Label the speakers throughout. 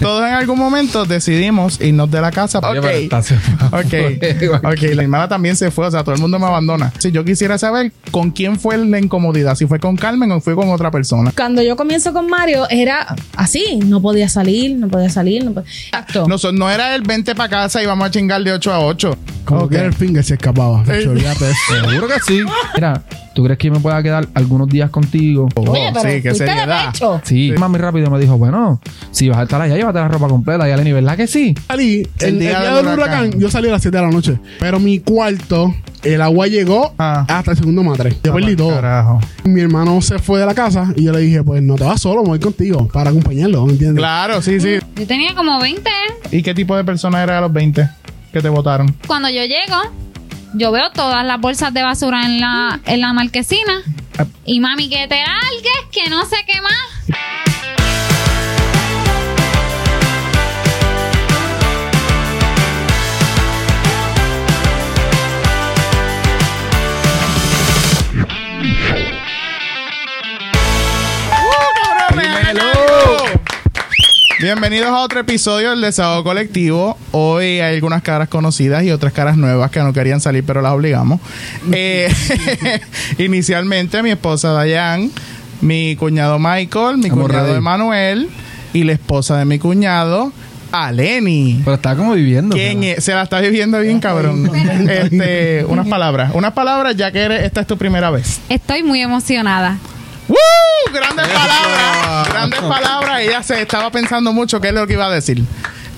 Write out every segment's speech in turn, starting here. Speaker 1: todos en algún momento decidimos irnos de la casa.
Speaker 2: Oye, pero
Speaker 1: Ok.
Speaker 2: esta se fue.
Speaker 1: Ok, ok, la hermana también se fue, o sea, todo el mundo me abandona. Si yo quisiera saber con quién fue la incomodidad, si fue con Carmen o fue con otra persona.
Speaker 3: Cuando yo comienzo con Mario, era así. No podía salir, no podía salir. No podía... Exacto.
Speaker 1: No, so- no era el 20 para casa y vamos a chingar de 8 a 8.
Speaker 4: Como
Speaker 1: Ok.
Speaker 4: que el finger se escapaba. De hecho, olvídate de eso.
Speaker 2: Seguro que sí. Mira, ¿tú crees que yo me pueda quedar algunos días contigo?
Speaker 3: Oye,
Speaker 1: Oh,
Speaker 3: pero
Speaker 1: sí, qué
Speaker 3: fuiste de
Speaker 1: seriedad.
Speaker 3: pecho.
Speaker 2: Sí.
Speaker 1: Sí.
Speaker 2: Mami rápido me dijo, bueno, si vas a estar allá, llévate la ropa completa. Y Aleni, ¿verdad que sí?
Speaker 4: salí, el, el día del huracán, yo salí a las 7 de la noche. Pero mi cuarto, el agua llegó
Speaker 1: Ah.
Speaker 4: hasta el segundo matre. Yo perdí todo.
Speaker 1: Carajo.
Speaker 4: Mi hermano se fue de la casa y yo le dije, pues no te vas solo, me voy contigo para acompañarlo, ¿entiendes?
Speaker 1: Claro, sí, sí.
Speaker 5: Yo tenía como 20.
Speaker 1: ¿Y qué tipo de persona era a los 20 que te votaron?
Speaker 5: Cuando yo llego, yo veo todas las bolsas de basura en la, en la marquesina. Y mami, que te algues, que no sé qué más.
Speaker 1: Bienvenidos a otro episodio del Desahogo Colectivo. Hoy hay algunas caras conocidas y otras caras nuevas que no querían salir, pero las obligamos. Eh, inicialmente, mi esposa Dayan, mi cuñado Michael, mi
Speaker 2: Estamos
Speaker 1: cuñado
Speaker 2: ready.
Speaker 1: Emanuel y la esposa de mi cuñado, Aleni.
Speaker 2: Pero está como viviendo.
Speaker 1: ¿Quién
Speaker 2: ¿verdad?
Speaker 1: es? Se la está viviendo bien, cabrón. Este, unas palabras. Unas palabras, ya que eres- esta es tu primera vez.
Speaker 5: Estoy muy emocionada.
Speaker 1: ¡Woo! Grandes palabras. Grandes palabras. Ella se estaba pensando mucho qué es lo que iba a decir.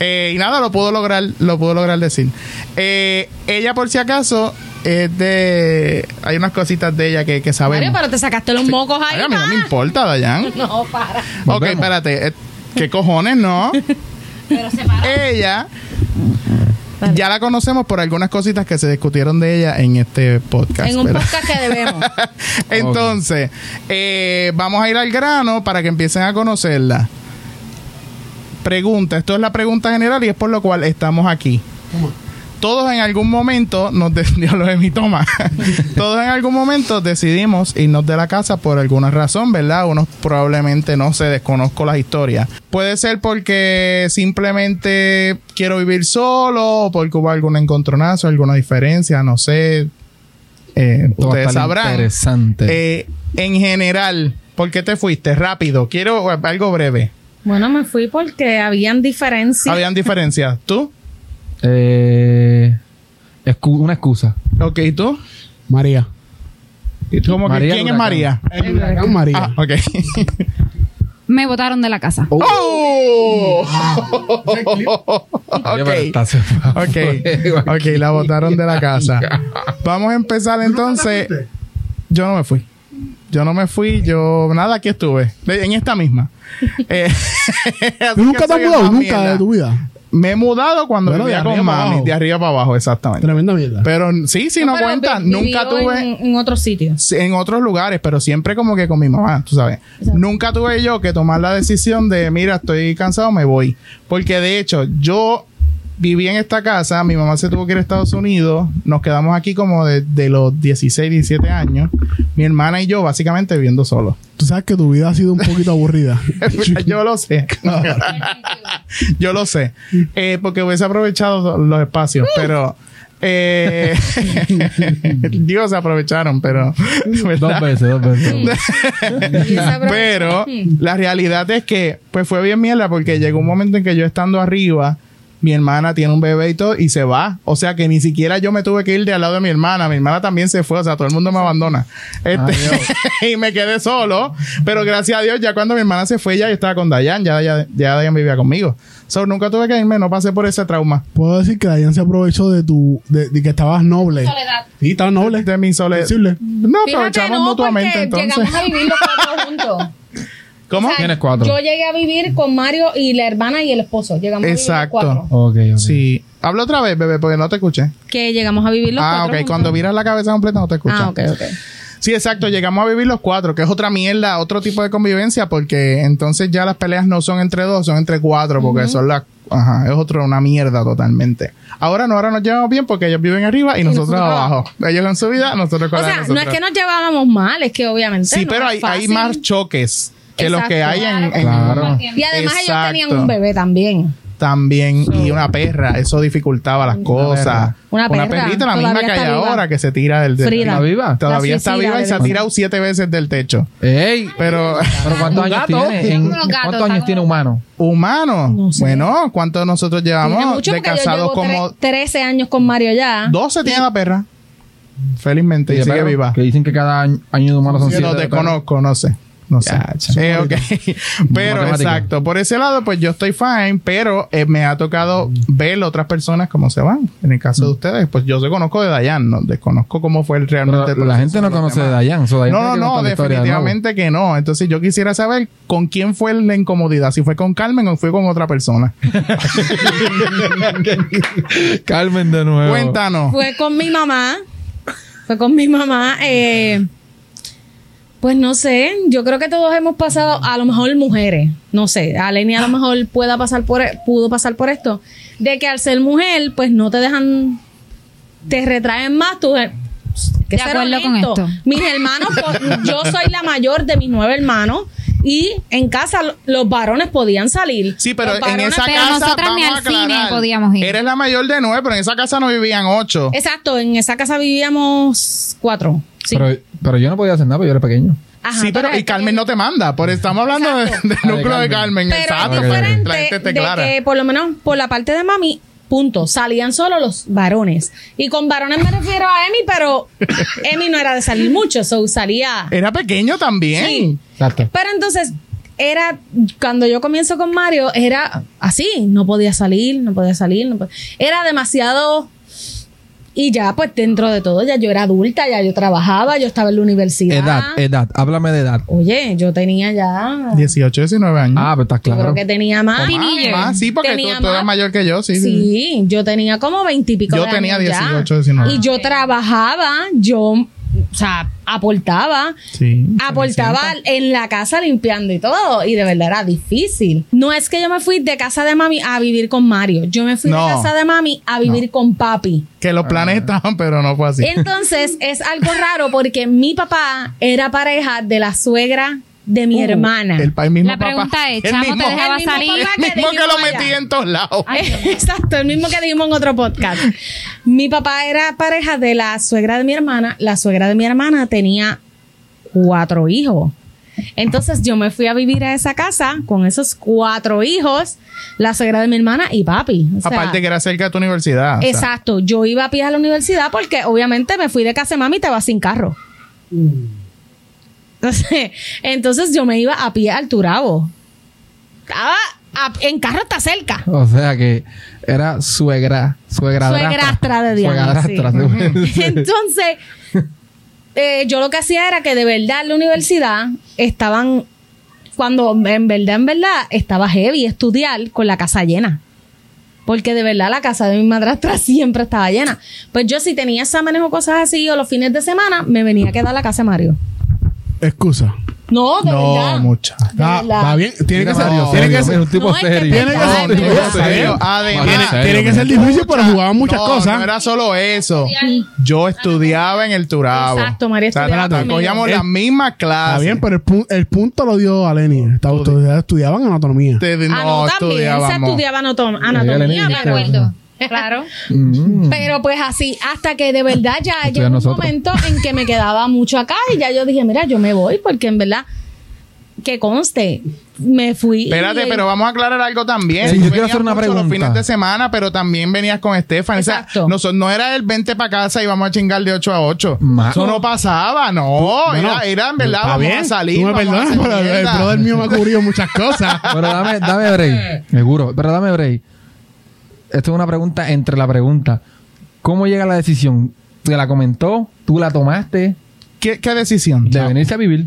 Speaker 1: Eh, y nada, lo pudo lograr, lo pudo lograr decir. Eh, ella, por si acaso, es de. Hay unas cositas de ella que, que
Speaker 3: Mario,
Speaker 1: sabemos.
Speaker 3: pero te sacaste los mocos ahí.
Speaker 1: Ay, a mí no
Speaker 3: pa.
Speaker 1: me importa, Dayan.
Speaker 3: No, para.
Speaker 1: Ok,
Speaker 2: Volvemos.
Speaker 1: espérate. eh, ¿Qué cojones, no? ella. Ya la conocemos por algunas cositas que se discutieron de ella en este podcast.
Speaker 3: En un
Speaker 1: ¿verdad?
Speaker 3: podcast que debemos.
Speaker 1: Entonces, eh, vamos a ir al grano para que empiecen a conocerla. Pregunta, esto es la pregunta general y es por lo cual estamos aquí. Todos en algún momento nos de- diablo de mi toma. Todos en algún momento decidimos irnos de la casa por alguna razón, ¿verdad? Unos probablemente no se desconozco las historias. Puede ser porque simplemente quiero vivir solo, o porque hubo algún encontronazo, alguna diferencia, no sé. Eh,
Speaker 2: Todo va a
Speaker 1: ustedes
Speaker 2: estar
Speaker 1: sabrán.
Speaker 2: Interesante.
Speaker 1: Eh, en general, ¿por qué te fuiste? Rápido, quiero eh, algo breve.
Speaker 3: bueno, me fui porque habían diferencias.
Speaker 1: Habían diferencias. ¿Tú?
Speaker 2: Eh, excu- una excusa.
Speaker 1: Ok, ¿y tú?
Speaker 4: María.
Speaker 1: ¿Y tú como que,
Speaker 2: María
Speaker 1: ¿Quién
Speaker 2: el
Speaker 1: es
Speaker 2: huracán.
Speaker 1: María?
Speaker 4: El huracán María.
Speaker 1: Ah, ok.
Speaker 5: Me botaron de la casa.
Speaker 1: ¡Oh!
Speaker 2: Oye, pero
Speaker 1: ok.
Speaker 2: esta se fue.
Speaker 1: Ok, ok, la botaron de la casa. Vamos a empezar entonces. Yo no me fui. Yo no me fui, yo nada, aquí estuve. En esta misma. Eh, así
Speaker 4: ¿Tú nunca
Speaker 1: que
Speaker 4: te has
Speaker 1: soy
Speaker 4: mudado?
Speaker 1: una
Speaker 4: Nunca
Speaker 1: mierda.
Speaker 4: de tu vida.
Speaker 1: Me he mudado cuando
Speaker 4: Bueno, de
Speaker 1: vivía
Speaker 4: arriba
Speaker 1: con
Speaker 4: para
Speaker 1: mami,
Speaker 4: abajo.
Speaker 1: de arriba para abajo, exactamente.
Speaker 4: Tremenda mierda.
Speaker 1: Pero sí, sí, no,
Speaker 3: Pero
Speaker 1: cuenta.
Speaker 3: vi-
Speaker 1: Nunca
Speaker 3: vivió
Speaker 1: tuve sí,
Speaker 3: En, en otros sitios.
Speaker 1: en, otros lugares, pero siempre como que con mi mamá, tú sabes.
Speaker 3: Exacto.
Speaker 1: Nunca tuve yo que tomar la decisión de, mira, estoy cansado, me voy. Porque de hecho, yo viví en esta casa, mi mamá se tuvo que ir a Estados Unidos, nos quedamos aquí como de, de los 16, 17 años, mi hermana y yo básicamente viviendo solos.
Speaker 4: Tú sabes que tu vida ha sido un poquito aburrida.
Speaker 1: yo lo sé. yo lo sé. Eh, porque hubiese aprovechado los espacios, pero. Eh, Dios se aprovecharon, pero.
Speaker 2: Dos
Speaker 1: ¿verdad?
Speaker 2: veces, dos veces.
Speaker 1: Pero la realidad es que, pues fue bien mierda, porque llegó un momento en que yo estando arriba, mi hermana tiene un bebé y todo, y se va. O sea que ni siquiera yo me tuve que ir de al lado de mi hermana. Mi hermana también se fue, o sea, todo el mundo me abandona. Este, y me quedé solo. Pero gracias a Dios, ya cuando mi hermana se fue, ya yo estaba con Dayan, ya, ya, ya Dayan vivía conmigo. So, nunca tuve que irme, no pasé por ese trauma.
Speaker 4: Puedo decir que Dayan se aprovechó de tu. de, de que estabas noble.
Speaker 5: Soledad.
Speaker 4: Sí, estabas noble.
Speaker 1: De mi soledad.
Speaker 4: Sensible.
Speaker 1: No,
Speaker 3: Fíjate,
Speaker 1: aprovechamos
Speaker 3: no,
Speaker 1: mutuamente
Speaker 3: porque
Speaker 1: entonces.
Speaker 3: llegamos a vivir los cuatro juntos.
Speaker 1: ¿Cómo?
Speaker 3: O sea,
Speaker 2: Tienes cuatro.
Speaker 3: Yo llegué a vivir con Mario y la hermana y el esposo. Llegamos
Speaker 1: Exacto.
Speaker 3: a vivir los cuatro.
Speaker 2: Ok, ok.
Speaker 1: Sí. Habla otra vez, bebé, porque no te escuché.
Speaker 3: Que llegamos a vivir los
Speaker 1: ah,
Speaker 3: cuatro.
Speaker 1: ok.
Speaker 3: juntos.
Speaker 1: Cuando miras la cabeza completa no te escuchas.
Speaker 3: Ah, ok, ok.
Speaker 1: Sí, exacto. Llegamos a vivir los cuatro, que es otra mierda, otro tipo de convivencia, porque entonces ya las peleas no son entre dos, son entre cuatro, porque son las... Ajá, es otra, una mierda totalmente. Ahora no, ahora nos llevamos bien porque ellos viven arriba y, nosotros,
Speaker 3: nosotros
Speaker 1: abajo. Ellos en su vida, nosotros
Speaker 3: O
Speaker 1: con la de
Speaker 3: sea, no es
Speaker 1: nosotros.
Speaker 3: que nos llevábamos mal, es que obviamente.
Speaker 1: Sí,
Speaker 3: no
Speaker 1: pero
Speaker 3: era
Speaker 1: hay, hay
Speaker 3: fácil.
Speaker 1: más choques que los que
Speaker 3: Exacto.
Speaker 1: hay en, en-
Speaker 2: Claro.
Speaker 5: compartiendo.
Speaker 3: Y además
Speaker 1: Exacto.
Speaker 3: ellos tenían un bebé también.
Speaker 1: también y una perra. Eso dificultaba las cosas.
Speaker 2: perra.
Speaker 3: Una perra.
Speaker 1: perrita, la misma
Speaker 3: Todavía
Speaker 1: que hay
Speaker 3: está viva.
Speaker 1: ahora, que se tira del... del-
Speaker 3: Frida.
Speaker 2: ¿Está viva?
Speaker 1: Todavía
Speaker 3: La
Speaker 1: está
Speaker 3: suicida
Speaker 1: viva y
Speaker 3: de
Speaker 1: se ha
Speaker 3: Venezuela.
Speaker 1: tirado siete veces del techo.
Speaker 2: ¡Ey!
Speaker 1: Pero...
Speaker 2: ¿Pero cuántos
Speaker 1: Un
Speaker 2: años
Speaker 1: gato.
Speaker 2: tiene? En-
Speaker 5: Los gatos,
Speaker 2: ¿Cuántos años
Speaker 5: gato.
Speaker 2: tiene humano?
Speaker 1: Humano.
Speaker 3: No sé.
Speaker 1: Bueno, ¿cuánto nosotros
Speaker 3: Tiene
Speaker 1: llevamos
Speaker 3: mucho
Speaker 1: de
Speaker 3: porque yo
Speaker 1: casados
Speaker 3: llevo ¿Ah?
Speaker 1: como...
Speaker 3: tre- 13 años con Mario ya.
Speaker 1: 12 tiene la perra. Felizmente, y sigue
Speaker 2: Pero,
Speaker 1: viva.
Speaker 2: Que dicen que cada año, año de humano son
Speaker 1: Yo
Speaker 2: siete.
Speaker 1: no te
Speaker 2: de perro.
Speaker 1: conozco, no sé. No sé.
Speaker 2: Ya, chacho.
Speaker 1: Eh, ok. pero
Speaker 2: Matemática.
Speaker 1: exacto, por ese lado, pues yo estoy fine, pero eh, me ha tocado ver otras personas cómo se van. En el caso de
Speaker 2: Mm.
Speaker 1: ustedes, pues yo se conozco de Dayan, no desconozco cómo fue el-
Speaker 2: Pero
Speaker 1: realmente. el
Speaker 2: la
Speaker 1: proceso
Speaker 2: gente no
Speaker 1: de los
Speaker 2: conoce
Speaker 1: demás.
Speaker 2: a Dayan. so Dayan
Speaker 1: No,
Speaker 2: tiene que
Speaker 1: no, no,
Speaker 2: contar la historia de nuevo.
Speaker 1: definitivamente que no. Entonces yo quisiera saber con quién fue la incomodidad, si fue con Carmen o fue con otra persona.
Speaker 2: Carmen de nuevo.
Speaker 1: Cuéntanos.
Speaker 3: Fue con mi mamá. Fue con mi mamá. eh, pues no sé, yo creo que todos hemos pasado, a lo mejor mujeres, no sé, Aleni a lo mejor pueda pasar por, e, pudo pasar por esto, de que al ser mujer, pues no te dejan, te retraen más tus... her- que
Speaker 5: De
Speaker 3: ser
Speaker 5: acuerdo con
Speaker 3: honesto,
Speaker 5: esto.
Speaker 3: Mis hermanos, por- yo soy la mayor de mis nueve hermanos y en casa lo- los varones podían salir.
Speaker 1: Sí, pero
Speaker 3: Los
Speaker 1: en
Speaker 3: varones-
Speaker 1: esa
Speaker 5: pero
Speaker 1: casa
Speaker 5: nosotras ni
Speaker 1: vamos
Speaker 5: al
Speaker 1: a
Speaker 5: cine
Speaker 1: aclarar,
Speaker 5: podíamos ir.
Speaker 1: Eres la mayor de nueve, pero en esa casa no vivían ocho.
Speaker 3: Exacto, en esa casa vivíamos cuatro. Sí.
Speaker 2: Pero, pero yo no podía hacer nada porque yo era pequeño.
Speaker 3: Ajá,
Speaker 1: sí, pero
Speaker 3: pero-
Speaker 1: y Carmen no te manda, por estamos hablando de-
Speaker 3: Exacto.
Speaker 1: del núcleo de Carmen,
Speaker 3: Pero
Speaker 1: exacto.
Speaker 3: es diferente
Speaker 1: La gente te
Speaker 3: de
Speaker 1: clara.
Speaker 3: que por lo menos por la parte de mami, punto, salían solo los varones. Y con varones me refiero a Emi, pero Emi no era de salir mucho, so salía.
Speaker 1: Era pequeño también.
Speaker 3: Sí.
Speaker 1: eh.
Speaker 2: Exacto.
Speaker 3: Pero entonces era cuando yo comienzo con Mario era así, no podía salir, no podía salir, no po- era demasiado y ya pues dentro de todo ya yo era adulta, ya yo trabajaba, yo estaba en la universidad.
Speaker 2: Edad,
Speaker 1: eh.
Speaker 2: edad. Háblame de edad.
Speaker 3: Oye, yo tenía ya
Speaker 1: 18, 19 años. Ah,
Speaker 2: Ah, pero estás
Speaker 3: yo
Speaker 2: claro.
Speaker 3: creo que tenía más.
Speaker 1: Más,
Speaker 5: teenager.
Speaker 1: más, sí, porque tú,
Speaker 3: Tenía
Speaker 1: tú eras
Speaker 3: más.
Speaker 1: mayor que yo, sí.
Speaker 3: Sí,
Speaker 1: sí, sí.
Speaker 3: yo tenía como veintipico.
Speaker 1: Yo
Speaker 3: de
Speaker 1: tenía
Speaker 3: años ya.
Speaker 1: 18, 19.
Speaker 3: Y yo trabajaba, yo, o sea, aportaba.
Speaker 1: Sí,
Speaker 3: Ah. Aportaba en la casa limpiando y todo, y de verdad era difícil. No es que yo me fui de casa de mami a vivir con Mario, yo me fui
Speaker 1: No.
Speaker 3: de casa de mami a vivir con papi.
Speaker 1: Que los
Speaker 2: Ah.
Speaker 1: planes estaban, pero no fue así.
Speaker 3: Entonces es algo raro porque mi papá era pareja de la suegra de mi
Speaker 1: Uh,
Speaker 3: hermana.
Speaker 1: El, pa- el mismo
Speaker 5: La pregunta
Speaker 1: papá,
Speaker 5: es,
Speaker 1: el
Speaker 5: ¿chamo te
Speaker 1: mismo,
Speaker 5: dejaba
Speaker 3: El mismo
Speaker 5: salir?
Speaker 3: papá
Speaker 1: el mismo que
Speaker 3: dijimos
Speaker 1: lo metí
Speaker 3: allá. Ah,
Speaker 1: en todos lados.
Speaker 3: Exacto, el mismo que dijimos en otro podcast. Mi papá era pareja de la suegra de mi hermana. La suegra de mi hermana tenía cuatro hijos. Entonces yo me fui a vivir a esa casa con esos cuatro hijos, la suegra de mi hermana y papi. O sea,
Speaker 1: Aparte que era cerca de tu universidad. o sea,
Speaker 3: Exacto, yo iba a pie a la universidad porque obviamente me fui de casa de mami y te vas sin carro.
Speaker 1: Mm.
Speaker 3: Entonces, entonces yo me iba a pie al Turabo. Estaba a- en carro está cerca.
Speaker 2: O sea que era suegra, suegra
Speaker 3: Suegrastra de Diana,
Speaker 2: Suegrastra.
Speaker 3: Entonces, eh, yo lo que hacía era que de verdad en la universidad estaban, cuando en verdad, en verdad, estaba heavy estudiar con la casa llena. Porque de verdad la casa de mi madrastra siempre estaba llena. Pues yo si tenía exámenes o cosas así, o los fines de semana, me venía a quedar la casa de Mario.
Speaker 4: Excusa.
Speaker 3: No, de verdad.
Speaker 1: No, mucha.
Speaker 3: De
Speaker 4: Ah,
Speaker 3: verdad.
Speaker 4: Está bien. Tiene que ser.
Speaker 1: Mario,
Speaker 4: Tiene que
Speaker 1: serio.
Speaker 4: ser.
Speaker 2: Es un tipo
Speaker 3: No, es que
Speaker 2: serio.
Speaker 3: tiene que
Speaker 1: No,
Speaker 4: ser-
Speaker 1: no,
Speaker 4: Tiene-
Speaker 1: en serio. Además,
Speaker 2: Tiene-
Speaker 1: mucha-
Speaker 4: Tiene que ser difícil, pero jugaban muchas
Speaker 1: no,
Speaker 4: cosas.
Speaker 1: No era solo eso. Yo estudiaba en el Turabo.
Speaker 3: Exacto, María
Speaker 1: O sea,
Speaker 3: estudiaba
Speaker 1: ta- ta-
Speaker 3: conmigo.
Speaker 1: Cogíamos las mismas
Speaker 4: Eh, Está
Speaker 1: clases.
Speaker 4: bien, pero el, pu- el punto lo dio Aleni. Estaba- ustedes Estudiaban anatomía.
Speaker 1: Te-
Speaker 3: Ah, no,
Speaker 1: no,
Speaker 3: también se
Speaker 1: estudiábamos.
Speaker 3: estudiaba anatom-
Speaker 2: Eleni,
Speaker 3: anatomía,
Speaker 5: De
Speaker 2: claro.
Speaker 3: pero
Speaker 5: acuerdo. Claro.
Speaker 2: Mm.
Speaker 3: Pero pues así, hasta que de verdad ya
Speaker 2: Estudiar
Speaker 3: llegó un
Speaker 2: nosotros.
Speaker 3: momento en que me quedaba mucho acá y ya yo dije, mira, yo me voy porque en verdad, que conste, me fui.
Speaker 1: Espérate,
Speaker 3: Y-
Speaker 1: pero vamos a aclarar algo también.
Speaker 2: Sí, yo
Speaker 1: Tú
Speaker 2: quiero hacer
Speaker 1: venías mucho
Speaker 2: una
Speaker 1: Los
Speaker 2: pregunta.
Speaker 1: fines de semana, pero también venías con Estefan. O sea,
Speaker 3: Exacto.
Speaker 1: no, so- no era el 20 para casa y vamos a chingar de 8 a 8.
Speaker 2: Ma-
Speaker 1: Eso no pasaba, no. era, era en verdad,
Speaker 4: Está
Speaker 1: vamos a
Speaker 4: bien.
Speaker 1: salir.
Speaker 4: Tú me
Speaker 1: vamos a
Speaker 4: perdonas,
Speaker 1: hacer
Speaker 4: pero el- el
Speaker 1: mierda.
Speaker 4: brother mío me ha cubrido muchas cosas.
Speaker 2: Pero dame, dame break. Seguro. Pero dame break. Esto es una pregunta entre la pregunta. ¿Cómo llega la decisión? ¿Te la comentó? ¿Tú la tomaste?
Speaker 1: ¿Qué, qué decisión?
Speaker 2: De venirse a vivir.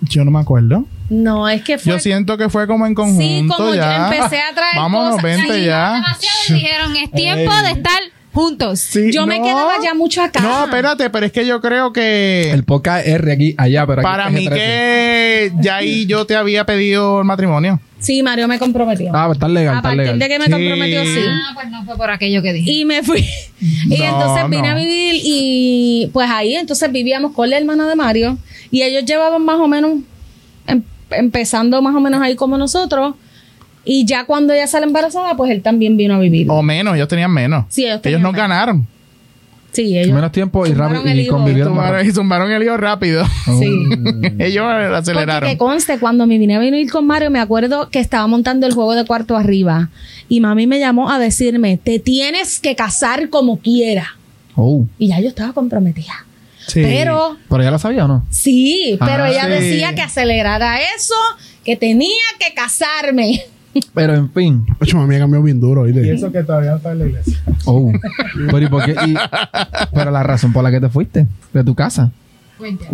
Speaker 1: Yo no me acuerdo.
Speaker 3: No, es que fue...
Speaker 1: Yo siento que fue como en conjunto
Speaker 3: como yo
Speaker 1: ya.
Speaker 3: empecé a traer
Speaker 1: Vámonos,
Speaker 3: cosas
Speaker 1: vente
Speaker 3: ahí,
Speaker 1: ya.
Speaker 5: Demasiado y dijeron, es tiempo de estar juntos.
Speaker 1: Sí,
Speaker 3: Yo me quedaba ya mucho acá.
Speaker 1: No, espérate, pero es que yo creo que
Speaker 2: El podcast R aquí, allá, pero aquí
Speaker 1: para
Speaker 2: es
Speaker 1: mí
Speaker 2: 13.
Speaker 1: que ya ahí yo te había pedido el matrimonio.
Speaker 3: Sí, Mario me comprometió.
Speaker 2: Ah, pero está legal,
Speaker 3: a
Speaker 2: está
Speaker 3: partir
Speaker 2: legal.
Speaker 3: de que me
Speaker 1: Sí.
Speaker 3: comprometió, sí.
Speaker 5: Ah, pues no fue por aquello que dije.
Speaker 3: Y me fui. Y
Speaker 1: No,
Speaker 3: entonces vine
Speaker 1: no.
Speaker 3: a vivir y pues ahí entonces vivíamos con la hermana de Mario y ellos llevaban más o menos em- empezando más o menos ahí como nosotros. Y ya cuando ella sale embarazada, pues él también vino a vivir.
Speaker 1: O menos, ellos tenían menos.
Speaker 3: Sí, ellos
Speaker 1: ellos
Speaker 3: tenían
Speaker 1: no
Speaker 3: menos.
Speaker 1: ganaron.
Speaker 3: Sí, ellos.
Speaker 2: Menos tiempo y,
Speaker 3: Tumbaron
Speaker 2: rápido,
Speaker 3: el
Speaker 2: y
Speaker 3: hilo.
Speaker 2: convivieron más
Speaker 1: Tumbaron- y zumbaron el lío rápido.
Speaker 2: rápido.
Speaker 3: Sí.
Speaker 1: ellos
Speaker 3: Porque
Speaker 1: Oh. aceleraron.
Speaker 3: que conste, cuando me vine a venir con Mario, me acuerdo que estaba montando el juego de cuarto arriba. Y mami me llamó a decirme, te tienes que casar como quiera.
Speaker 2: Oh.
Speaker 3: Y ya yo estaba comprometida.
Speaker 1: Sí.
Speaker 3: Pero,
Speaker 2: ¿Pero ya lo sabía o no?
Speaker 3: sí, pero
Speaker 2: Ah,
Speaker 3: ella
Speaker 1: sí.
Speaker 3: decía que acelerara eso, que tenía que casarme.
Speaker 2: Pero en fin.
Speaker 4: Ocho, mami, ha cambiado bien duro,
Speaker 1: Y
Speaker 4: ¿oíste?
Speaker 1: eso que todavía no está en la iglesia.
Speaker 2: Oh. pero, ¿y por qué? Y- pero la razón por la que te fuiste de tu casa.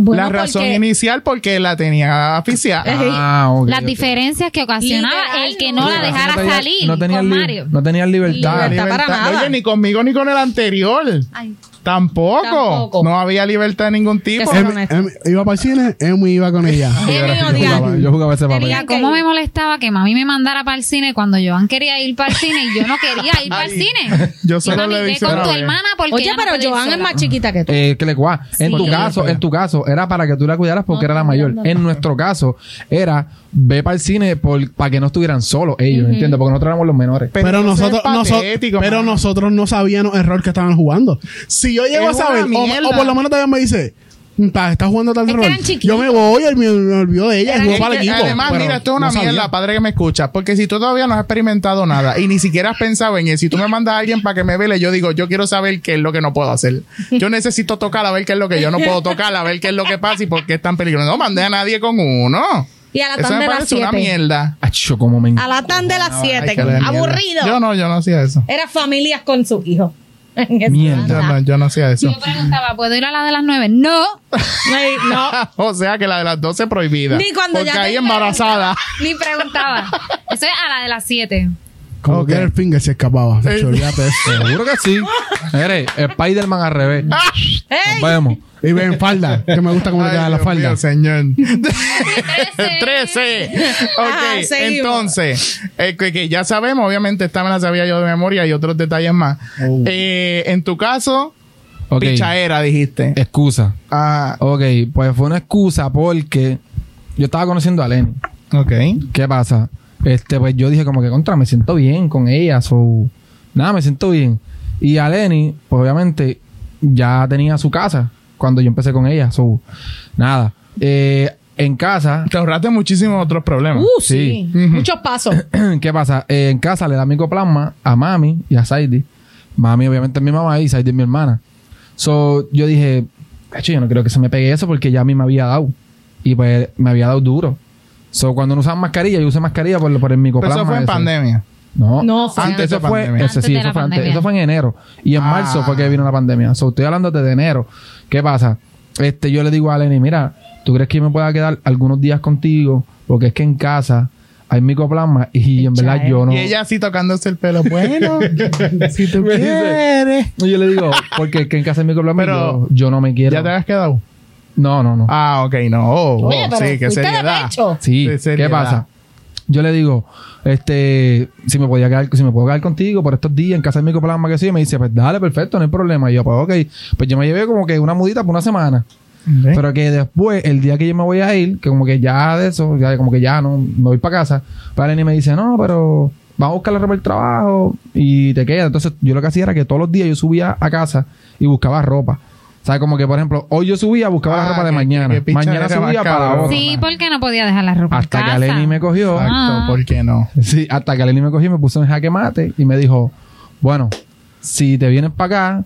Speaker 1: la razón inicial porque la tenía asfixiada.
Speaker 3: Eh,
Speaker 2: Ah, ok.
Speaker 5: Las
Speaker 2: ok.
Speaker 5: diferencias que ocasionaba
Speaker 3: Literal,
Speaker 5: el que
Speaker 3: no.
Speaker 5: no la
Speaker 2: Porque
Speaker 5: dejara
Speaker 2: no tenía-
Speaker 5: salir
Speaker 2: no tenía
Speaker 5: con
Speaker 2: li-
Speaker 5: Mario.
Speaker 2: No tenía libertad.
Speaker 3: Libertad. para
Speaker 1: Libertad.
Speaker 3: nada.
Speaker 1: Oye, ni conmigo ni con el anterior.
Speaker 5: Ay,
Speaker 1: Tampoco.
Speaker 3: Tampoco.
Speaker 1: No había libertad de ningún tipo.
Speaker 3: Que se-
Speaker 4: Em- em- iba para el cine, Emi iba con ella.
Speaker 3: Emi
Speaker 2: Yo jugaba-
Speaker 3: odiaba.
Speaker 2: Yo jugaba ese papel.
Speaker 3: Tenía-
Speaker 5: mira, cómo me molestaba que mami me mandara para el cine cuando Joan quería ir para el cine y yo no quería ir para el cine.
Speaker 1: Yo
Speaker 5: Y
Speaker 1: solo
Speaker 5: mami,
Speaker 1: le
Speaker 5: ve
Speaker 1: dije
Speaker 5: con
Speaker 1: una
Speaker 5: tu
Speaker 1: vez.
Speaker 5: hermana porque
Speaker 3: Oye,
Speaker 5: ella no
Speaker 3: pero
Speaker 5: puede ir
Speaker 3: Joan es
Speaker 5: sola.
Speaker 3: más chiquita que tú.
Speaker 2: Eh, que le cua. En tu caso, en tu caso, era para que tú la cuidaras porque
Speaker 3: No,
Speaker 2: era la
Speaker 3: no,
Speaker 2: mayor.
Speaker 3: no, no.
Speaker 2: En nuestro caso, era ve para el cine por- para que no estuvieran solos ellos, ¿entiendes? Porque nosotros éramos los menores.
Speaker 4: Pero,
Speaker 1: eso es
Speaker 4: nosotros, noso-
Speaker 1: patético,
Speaker 4: pero
Speaker 1: mano.
Speaker 4: nosotros no sabíamos el rol que estaban jugando. Si yo llego
Speaker 1: Es
Speaker 4: a saber,
Speaker 1: una
Speaker 4: o,
Speaker 1: mierda.
Speaker 4: o por lo menos todavía me dice, "Mm, "Pa, estás jugando tal
Speaker 3: Es que
Speaker 4: rol.
Speaker 3: eran chiquitos.
Speaker 4: Yo me voy, el- me, me olvido de ella,
Speaker 1: Es
Speaker 4: y juego
Speaker 1: que,
Speaker 4: para el equipo.
Speaker 1: además,
Speaker 4: pero
Speaker 1: mira, esto es una
Speaker 4: no sabía.
Speaker 1: mierda, padre que me escucha. Porque si tú todavía no has experimentado nada y ni siquiera has pensado en él, si tú me mandas a alguien para que me vele, yo digo, yo quiero saber qué es lo que no puedo hacer. Yo necesito tocar a ver qué es lo que yo no puedo tocar, a ver qué es lo que pasa y por qué es tan peligroso. No mandé a nadie con uno.
Speaker 3: Y a la
Speaker 1: Eso
Speaker 3: tan
Speaker 1: me
Speaker 3: de las
Speaker 1: parece una
Speaker 3: 7.
Speaker 1: mierda.
Speaker 2: Acho, como me
Speaker 3: A la tan de las
Speaker 1: Ay,
Speaker 3: 7.
Speaker 1: que la mierda.
Speaker 3: Aburrido.
Speaker 1: Yo no, yo no hacía eso.
Speaker 3: Era familias con sus hijos. En esa
Speaker 2: Mierda.
Speaker 1: Yo
Speaker 3: edad.
Speaker 1: no, yo no hacía
Speaker 5: Y
Speaker 1: eso.
Speaker 5: Yo preguntaba, ¿puedo ir a la de las nueve? No.
Speaker 3: Ay, no.
Speaker 1: o sea que la de las 12 prohibida.
Speaker 3: Ni cuando
Speaker 1: porque
Speaker 3: ya
Speaker 1: ahí
Speaker 3: te
Speaker 1: embarazada.
Speaker 5: Ni preguntaba. Eso es a la de las siete.
Speaker 4: Como
Speaker 1: Ok.
Speaker 4: que el finger se escapaba. Se olvídate eso.
Speaker 2: Seguro que sí. Eres Spider-Man al revés.
Speaker 3: ¡Ey!
Speaker 2: Nos vemos.
Speaker 4: Y ve en falda, que me gusta cómo le
Speaker 1: Ay,
Speaker 4: queda la
Speaker 1: Dios
Speaker 4: falda.
Speaker 1: mío, señor. 13.
Speaker 5: Trece.
Speaker 1: Ok,
Speaker 3: Ajá, seguimos.
Speaker 1: entonces, eh, que, que ya sabemos, obviamente, esta me la sabía yo de memoria y otros detalles más. Eh, en tu caso,
Speaker 2: Oh. Ok.
Speaker 3: eh.
Speaker 1: pichaera, dijiste.
Speaker 2: Excusa.
Speaker 1: Ah,
Speaker 2: Ok, pues fue una excusa porque yo estaba conociendo a Lenny.
Speaker 1: ok.
Speaker 2: ¿Qué pasa? Este, pues yo dije como que contra, me siento bien con ella, so, nada, me siento bien. Y a Lenny, pues obviamente, ya tenía su casa cuando yo empecé con ella, so, nada. Eh, en casa,
Speaker 1: Te ahorraste muchísimos otros problemas.
Speaker 3: Uh, sí. Muchos pasos.
Speaker 2: ¿qué pasa? Eh, en casa le da micoplasma a mami y a Saidi. Mami, obviamente, es mi mamá y Saidi es mi hermana. So, yo dije, hecho, yo no creo que se me pegue eso porque ya a mí me había dado. Y pues me había dado duro. So, cuando no usaban mascarilla, yo usé mascarilla por, por el
Speaker 1: Pero
Speaker 2: micoplasma.
Speaker 1: eso fue en
Speaker 2: ese.
Speaker 1: pandemia.
Speaker 2: No,
Speaker 3: No, fue
Speaker 1: antes
Speaker 2: eso
Speaker 1: de
Speaker 2: fue,
Speaker 1: pandemia.
Speaker 2: ese
Speaker 5: Antes
Speaker 2: sí,
Speaker 5: de
Speaker 2: eso
Speaker 5: la
Speaker 2: fue, antes-
Speaker 5: pandemia.
Speaker 2: eso fue en enero. Y en
Speaker 1: Ah.
Speaker 2: marzo fue que vino la pandemia. So, estoy hablando desde enero. ¿Qué pasa? Este, yo le digo a Lenny, mira, ¿tú crees que yo me pueda quedar algunos días contigo? Porque es que en casa hay micoplasma y en verdad yo no.
Speaker 1: Y ella así tocándose el pelo. Bueno, si tú
Speaker 2: Me dice,
Speaker 1: quieres.
Speaker 2: Y yo le digo, porque es que en casa hay micoplasma y
Speaker 1: Pero-
Speaker 2: yo, yo no me quiero.
Speaker 1: ¿Ya te habías quedado?
Speaker 2: No, no, no.
Speaker 1: Ah, ok, no. Oh, oh,
Speaker 3: Oye, pero
Speaker 1: sí, que
Speaker 3: fuiste de
Speaker 1: seriedad.
Speaker 3: pecho.
Speaker 2: Sí,
Speaker 1: de
Speaker 2: ¿qué
Speaker 1: seriedad.
Speaker 2: pasa? Yo le digo, este, si me podía quedar, si me puedo quedar contigo por estos días en casa de mi coplasma que sí, y me dice, pues dale, perfecto, no hay problema. Y yo, pues ok, pues yo me llevé como que una mudita por una semana.
Speaker 1: Ok.
Speaker 2: Pero que después, el día que yo me voy a ir, que como que ya de eso, ya como que ya no, me voy para casa, para Lenny me dice, no, pero vamos a buscar la ropa del trabajo y te queda. Entonces, yo lo que hacía era que todos los días yo subía a casa y buscaba ropa. O sea, como que, por ejemplo, hoy yo subía, buscaba
Speaker 1: Ah,
Speaker 2: la ropa de
Speaker 1: qué-
Speaker 2: mañana.
Speaker 1: qué pichadera
Speaker 2: mañana
Speaker 1: más
Speaker 2: subía para
Speaker 1: cabrón.
Speaker 2: otra.
Speaker 5: Sí, porque no podía dejar la ropa. en
Speaker 2: Hasta que
Speaker 5: casa.
Speaker 2: Aleni me cogió.
Speaker 1: Exacto,
Speaker 5: Ah.
Speaker 1: ¿por qué no?
Speaker 2: Sí, hasta que Aleni me cogió y me puso en jaque mate y me dijo, bueno, si te vienes para acá,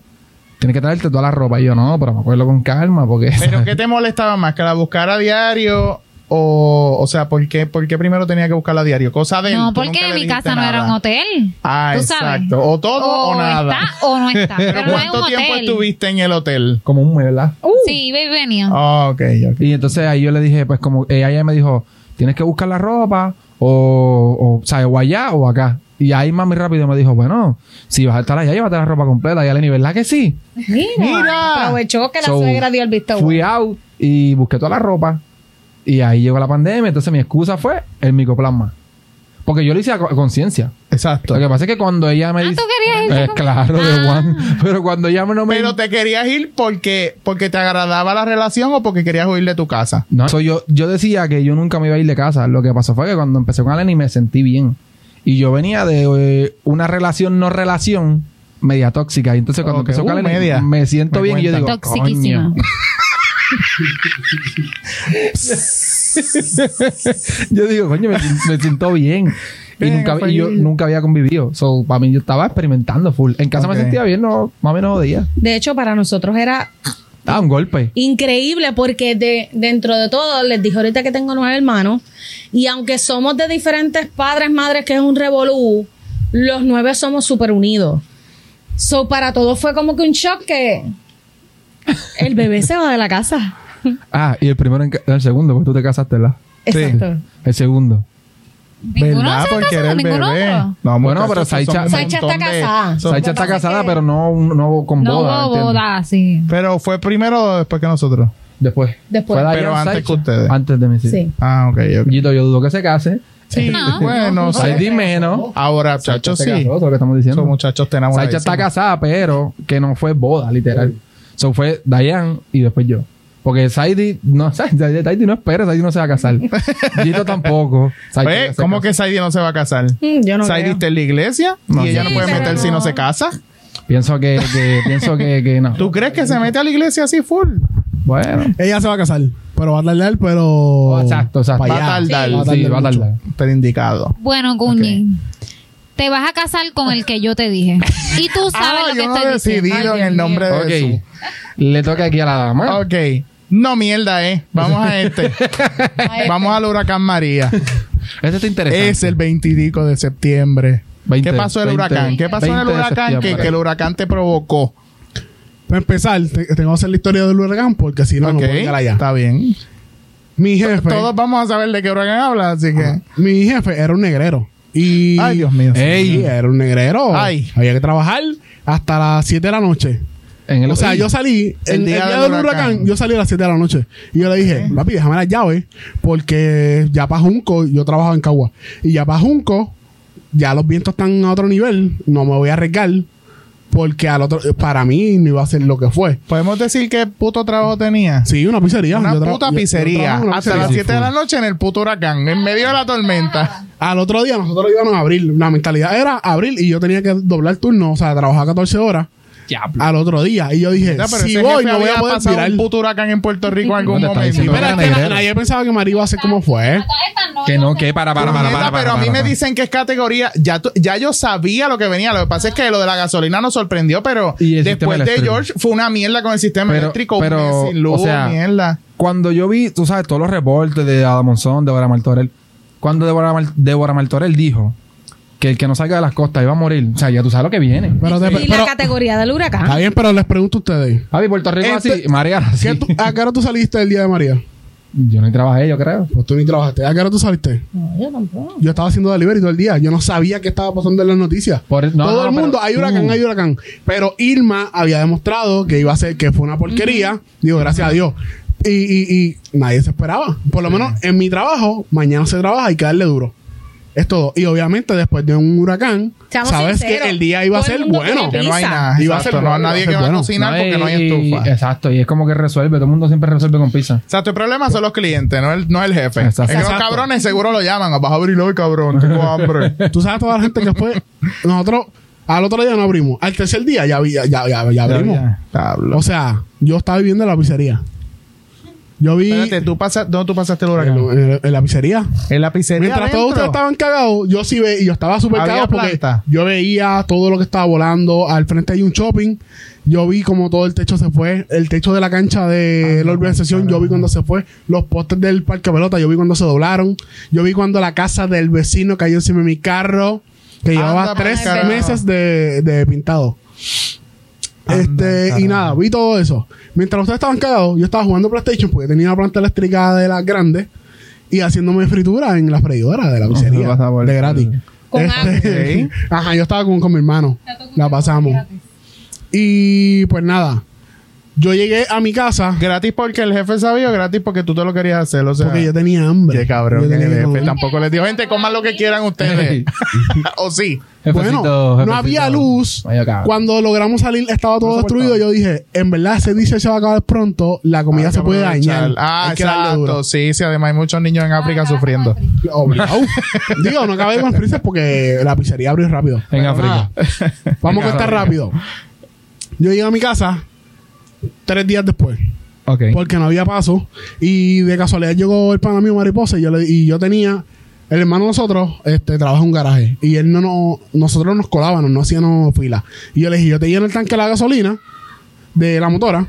Speaker 2: tienes que traerte toda la ropa. Y yo, no, pero me acuerdo con calma porque...
Speaker 1: Pero ¿qué te molestaba más? ¿Que la buscara a diario? O, o sea, ¿por qué, por qué primero tenía que buscarla a diario? Cosa de él,
Speaker 5: No,
Speaker 1: tú nunca
Speaker 5: porque
Speaker 1: le
Speaker 5: mi
Speaker 1: dijiste
Speaker 5: casa no era
Speaker 1: nada.
Speaker 5: un hotel.
Speaker 1: Ah,
Speaker 5: Tú sabes.
Speaker 1: exacto. O todo o, nada.
Speaker 5: está o no está. Pero,
Speaker 1: ¿Pero
Speaker 5: no es un
Speaker 1: cuánto tiempo
Speaker 5: hotel.
Speaker 1: estuviste en el hotel?
Speaker 2: como un mueble. ¿verdad?
Speaker 3: Uh.
Speaker 5: Sí, iba y venía.
Speaker 1: Ah, ok, ok.
Speaker 2: Y entonces ahí yo le dije, pues como ella, ella me dijo, tienes que buscar la ropa o, o, o sea, o allá o acá. Y ahí mami rápido me dijo, bueno, si vas a estar allá, llévate la ropa completa. Y Aleni, ¿verdad que sí?
Speaker 3: Mira.
Speaker 1: Mira.
Speaker 3: Aprovechó que la
Speaker 2: So,
Speaker 3: suegra dio el visto
Speaker 2: Fui
Speaker 3: bueno.
Speaker 2: out y busqué toda la ropa. Y ahí llegó la pandemia. Entonces mi excusa fue el micoplasma. Porque yo lo hice a co- conciencia.
Speaker 1: Exacto.
Speaker 2: Lo que pasa es que cuando ella me
Speaker 5: Ah,
Speaker 2: dice.
Speaker 5: ¿tú querías irte
Speaker 2: Eh,
Speaker 5: con-
Speaker 2: claro, de
Speaker 5: Ah.
Speaker 2: Juan. Pero cuando ella no me.
Speaker 1: Pero te querías ir porque, porque te agradaba la relación o porque querías huir de tu casa.
Speaker 2: No, so, yo, yo decía que yo nunca me iba a ir de casa. Lo que pasó fue que cuando empecé con Aleni me sentí bien. Y yo venía de eh, una relación no relación media tóxica. Y entonces cuando
Speaker 1: Ok,
Speaker 2: empezó con
Speaker 1: uh,
Speaker 2: Aleni
Speaker 1: media.
Speaker 2: me siento
Speaker 1: Me
Speaker 2: bien y yo digo,
Speaker 1: cuentan.
Speaker 5: Toxiquísima.
Speaker 2: coño. yo digo, coño, me, me siento bien. Y
Speaker 1: Venga,
Speaker 2: nunca, y yo
Speaker 1: feliz.
Speaker 2: nunca había convivido. So, para mí yo estaba experimentando full. En casa
Speaker 1: Ok.
Speaker 2: me sentía bien, no, más o menos jodía.
Speaker 3: De hecho, para nosotros era
Speaker 2: Ah, un golpe.
Speaker 3: increíble porque de, dentro de todo, les dije ahorita que tengo nueve hermanos, y aunque somos de diferentes padres, madres, que es un revolú, los nueve somos súper unidos. So, para todos fue como que un shock que el bebé se va de la casa.
Speaker 2: Ah, y el primero, en ca- el segundo, porque tú te casaste, ¿verdad?
Speaker 3: Exacto.
Speaker 2: El segundo.
Speaker 5: Ninguno se ha
Speaker 1: Porque era
Speaker 5: casado,
Speaker 1: el
Speaker 5: ninguno
Speaker 1: bebé.
Speaker 5: otro.
Speaker 1: No,
Speaker 2: Bueno,
Speaker 1: muchachos,
Speaker 2: pero
Speaker 1: esos son
Speaker 2: Saicha-
Speaker 1: un
Speaker 3: Saicha
Speaker 1: montón
Speaker 3: está
Speaker 1: de-
Speaker 3: casada.
Speaker 1: son-
Speaker 2: Saicha está
Speaker 3: pasa es
Speaker 2: casada,
Speaker 3: que-
Speaker 2: pero no, no con
Speaker 5: No
Speaker 2: boda.
Speaker 5: hubo
Speaker 2: ¿entiendes?
Speaker 5: boda, sí.
Speaker 1: Pero fue primero o después que nosotros.
Speaker 2: Después.
Speaker 3: Después.
Speaker 2: Fue
Speaker 1: Pero
Speaker 2: Diane
Speaker 1: antes
Speaker 2: Saicha.
Speaker 1: que ustedes.
Speaker 2: Antes de mí, sí.
Speaker 3: Sí.
Speaker 1: Ah, ok, ok.
Speaker 2: Gito, yo dudo que se case.
Speaker 1: Sí,
Speaker 5: No.
Speaker 1: bueno,
Speaker 2: Ay, dime, ¿no?
Speaker 1: ahora, muchachos,
Speaker 2: se casó,
Speaker 1: sí.
Speaker 2: eso es lo que estamos diciendo.
Speaker 1: Esos muchachos te enamoran.
Speaker 2: Saicha está casada, pero que no fue boda, literal. So fue Diane y después yo. Porque Saidi no, Saidi Saidi no espera, Saidi no se va a casar. Gito tampoco. Saicha
Speaker 1: ¿Eh?
Speaker 2: ya se
Speaker 1: ¿Cómo
Speaker 2: casó.
Speaker 1: que Saidi no se va a casar?
Speaker 3: Mm, Yo no
Speaker 1: Saidi
Speaker 3: creo.
Speaker 1: está en la iglesia
Speaker 2: No,
Speaker 1: y ella
Speaker 2: sí,
Speaker 1: no puede
Speaker 3: pero
Speaker 1: meter si
Speaker 3: no.
Speaker 1: no se casa.
Speaker 2: Pienso que, que- pienso que, que no.
Speaker 1: ¿Tú crees que se mete a la iglesia así full? Oh,
Speaker 2: Bueno. Oh,
Speaker 4: Ella se va a casar, pero va a tardar, pero.
Speaker 2: exacto, exacto.
Speaker 4: pa'
Speaker 1: Va a
Speaker 4: allá.
Speaker 1: tardar.
Speaker 2: Sí, va a
Speaker 4: mucho.
Speaker 2: tardar.
Speaker 1: Pero indicado.
Speaker 5: Bueno, Cuñi, te vas a casar con el que yo te dije. Y tú sabes
Speaker 1: Ah,
Speaker 5: lo que
Speaker 1: yo no
Speaker 5: estoy
Speaker 1: he
Speaker 5: diciendo.
Speaker 1: decidido
Speaker 3: Ay,
Speaker 1: en el
Speaker 3: Dios
Speaker 1: nombre de
Speaker 2: Ok. Ah.
Speaker 1: Jesús.
Speaker 2: Le toca aquí a la dama.
Speaker 1: Ok. No mierda, ¿eh? Vamos a este. Vamos al huracán María.
Speaker 2: Este está interesante.
Speaker 1: Es el 25 de septiembre.
Speaker 2: 20,
Speaker 1: ¿Qué pasó el
Speaker 2: 20,
Speaker 1: huracán? ¿Qué pasó en el
Speaker 2: 20 de
Speaker 1: huracán que,
Speaker 2: septiembre.
Speaker 1: que el huracán te provocó?
Speaker 4: Para empezar, te- tengo que hacer la historia del huracán porque si no,
Speaker 1: Ok,
Speaker 4: no puedo llegar allá.
Speaker 1: Está bien.
Speaker 4: Mi jefe,
Speaker 1: Todos vamos a saber de qué huracán habla, así que.
Speaker 4: mi jefe era un negrero. Y
Speaker 1: Ay, Dios mío.
Speaker 4: Sí,
Speaker 2: Ey,
Speaker 4: era un negrero.
Speaker 1: Ay.
Speaker 4: Había que trabajar hasta las 7 de la noche.
Speaker 2: en el-
Speaker 4: O sea,
Speaker 2: ey.
Speaker 4: yo salí, el, el día, del huracán. yo salí a las 7 de la noche. Y yo le dije, papi, déjame las llaves, porque ya para Junco, yo trabajaba en Cagua, y ya para Junco, ya los vientos están a otro nivel, no me voy a arriesgar, porque al otro, para mí no iba a ser lo que fue.
Speaker 1: ¿Podemos decir qué puto trabajo tenía?
Speaker 4: Sí, una pizzería.
Speaker 1: Una
Speaker 4: Yo tra-
Speaker 1: puta
Speaker 4: yo- yo
Speaker 1: pizzería.
Speaker 4: trabajo en una
Speaker 1: hasta
Speaker 4: pizzería.
Speaker 1: las 7 de la noche en el puto huracán, en medio de la tormenta.
Speaker 4: Al otro día nosotros íbamos a abrir. La mentalidad era abrir y yo tenía que doblar turno, o sea, trabajar 14 horas
Speaker 2: Diablo.
Speaker 4: al otro día. Y yo dije,
Speaker 1: Ya, pero
Speaker 4: si
Speaker 1: ese
Speaker 4: voy,
Speaker 1: jefe
Speaker 4: no voy
Speaker 1: había
Speaker 4: a poder
Speaker 1: pasado
Speaker 4: virar.
Speaker 1: un puto huracán en Puerto Rico en algún
Speaker 2: No te está
Speaker 1: momento.
Speaker 2: diciendo
Speaker 1: Pero
Speaker 2: que
Speaker 1: es
Speaker 2: era
Speaker 1: que la-
Speaker 2: negrero.
Speaker 4: Nadie pensaba que María iba a ser como fue.
Speaker 2: Que no, que para, para, para, para,
Speaker 1: Puñeta,
Speaker 2: para,
Speaker 1: pero a mí
Speaker 2: para,
Speaker 1: me
Speaker 2: para.
Speaker 1: dicen que es categoría. Ya, tú- ya yo sabía lo que venía. Lo que pasa es que lo de la gasolina nos sorprendió, pero
Speaker 2: Y el
Speaker 1: después
Speaker 2: sistema
Speaker 1: de
Speaker 2: eléctrico.
Speaker 1: George fue una mierda con el sistema
Speaker 2: Pero-
Speaker 1: eléctrico. un
Speaker 2: pero,
Speaker 1: mes sin luz,
Speaker 2: o sea,
Speaker 1: mierda.
Speaker 2: Cuando yo vi, tú sabes, todos los reportes de Adam Monzón, Débora Martorell. Cuando Débora, Mar- Débora Martorell dijo que el que no salga de las costas iba a morir. O sea, ya tú sabes lo que viene.
Speaker 4: Pero, te-
Speaker 3: Y
Speaker 4: pero-
Speaker 3: la ¿Ah? categoría del huracán.
Speaker 4: está bien, pero les pregunto a ustedes.
Speaker 2: Javi, Puerto Rico
Speaker 4: Este-
Speaker 2: así, María así.
Speaker 4: ¿qué tú- ¿A qué hora tú saliste el día de María?
Speaker 2: Yo no trabajé, yo creo.
Speaker 4: Pues tú ni trabajaste. ¿A qué hora tú saliste?
Speaker 3: No, yo tampoco.
Speaker 4: Yo estaba haciendo delivery todo el día. Yo no sabía qué estaba pasando en las noticias.
Speaker 2: Por eso- no,
Speaker 4: todo
Speaker 2: no,
Speaker 4: el
Speaker 2: pero
Speaker 4: mundo, hay huracán,
Speaker 2: tú-
Speaker 4: hay huracán. Pero Irma había demostrado que iba a ser, que fue una porquería. Digo, gracias a Dios. Y, y- y nadie se esperaba. Por lo menos en mi trabajo, mañana se trabaja, hay que darle duro. Es todo. Y obviamente después de un huracán,
Speaker 3: Seamos
Speaker 4: sabes
Speaker 3: sinceros,
Speaker 4: que el día iba a
Speaker 3: todo el
Speaker 4: ser
Speaker 3: mundo
Speaker 4: bueno.
Speaker 3: tiene
Speaker 1: Que no hay
Speaker 3: pizza.
Speaker 1: nada.
Speaker 4: Iba a
Speaker 1: Exacto,
Speaker 4: ser
Speaker 1: no
Speaker 4: bueno,
Speaker 1: nadie
Speaker 4: iba a
Speaker 1: que
Speaker 4: ser
Speaker 1: va a
Speaker 4: bueno.
Speaker 1: cocinar porque no hay
Speaker 2: y-
Speaker 1: estufa.
Speaker 2: Exacto, y es como que resuelve. Todo el mundo siempre resuelve con pizza.
Speaker 1: O sea, tu problema son los clientes, no el, no el jefe.
Speaker 2: Exacto.
Speaker 1: Es que los
Speaker 4: Exacto.
Speaker 1: cabrones seguro lo llaman. Vas a abrirlo hoy, cabrón. Tengo hambre.
Speaker 4: Tú sabes toda la gente que después, nosotros, al otro día no abrimos. Al tercer día ya, vi- ya, ya, ya- ya abrimos.
Speaker 1: Pablo.
Speaker 4: O sea, yo estaba viviendo en la pizzería. Yo vi
Speaker 1: Espérate, ¿tú pasa, ¿dónde tú pasaste el huracán?
Speaker 4: en, en la pizzería.
Speaker 1: En la pizzería.
Speaker 4: Mientras todos
Speaker 1: adentro?
Speaker 4: ustedes estaban cagados, yo sí veía, yo estaba súper
Speaker 1: ¿Había
Speaker 4: cagado porque
Speaker 1: planta?
Speaker 4: yo veía todo lo que estaba volando. Al frente hay un shopping. Yo vi como todo el techo se fue. El techo de la cancha
Speaker 1: Ah,
Speaker 4: de la organización, yo vi cuando se fue. Los postes del parque de pelota, yo vi cuando se doblaron. Yo vi cuando la casa del vecino cayó encima de mi carro, que
Speaker 1: Anda
Speaker 4: llevaba
Speaker 1: pa'l
Speaker 4: tres
Speaker 1: carajo.
Speaker 4: meses de, de pintado. Este, y nada, vi todo eso. Mientras ustedes estaban cagados, yo estaba jugando PlayStation porque tenía una planta eléctrica de las grandes y haciéndome fritura en la freidora de la pizzería.
Speaker 2: pasa por-
Speaker 4: Pues de gratis.
Speaker 3: Con
Speaker 4: Este, Ajá, yo estaba con, con mi hermano. La pasamos. Y pues nada. Yo llegué a mi casa
Speaker 1: Gratis porque el jefe sabía, gratis porque tú te lo querías hacer. O sea,
Speaker 4: porque yo tenía hambre.
Speaker 1: qué cabrón
Speaker 4: Yo
Speaker 1: que el
Speaker 4: tenía
Speaker 1: jefe
Speaker 4: hambre.
Speaker 1: tampoco les dijo, gente, coman lo que quieran ustedes. o sí.
Speaker 4: Bueno, no había luz. Cuando logramos salir estaba todo
Speaker 1: No
Speaker 4: destruido.
Speaker 1: soportaba.
Speaker 4: Yo dije, en verdad ese dice se va a acabar pronto, la comida
Speaker 1: Hay
Speaker 4: se
Speaker 1: que
Speaker 4: puede
Speaker 1: aprovechar.
Speaker 4: dañar.
Speaker 1: Ah,
Speaker 4: Hay que darle duro.
Speaker 1: exacto. Sí, sí, además hay muchos niños en África sufriendo.
Speaker 4: Obligado. Digo, no acabé con las prisas porque la pizzería abrió rápido.
Speaker 2: En África.
Speaker 4: Ah. Vamos a estar rápido. Yo llegué a mi casa tres días después.
Speaker 2: Ok.
Speaker 4: porque no había paso. Y de casualidad llegó el pana mío mariposa y yo, le- y yo tenía, el hermano de nosotros, este, trabaja en un garaje. Y él no, no nosotros nos colábamos, no hacíamos fila. Y yo le dije, yo te lleno el tanque de la gasolina de la motora,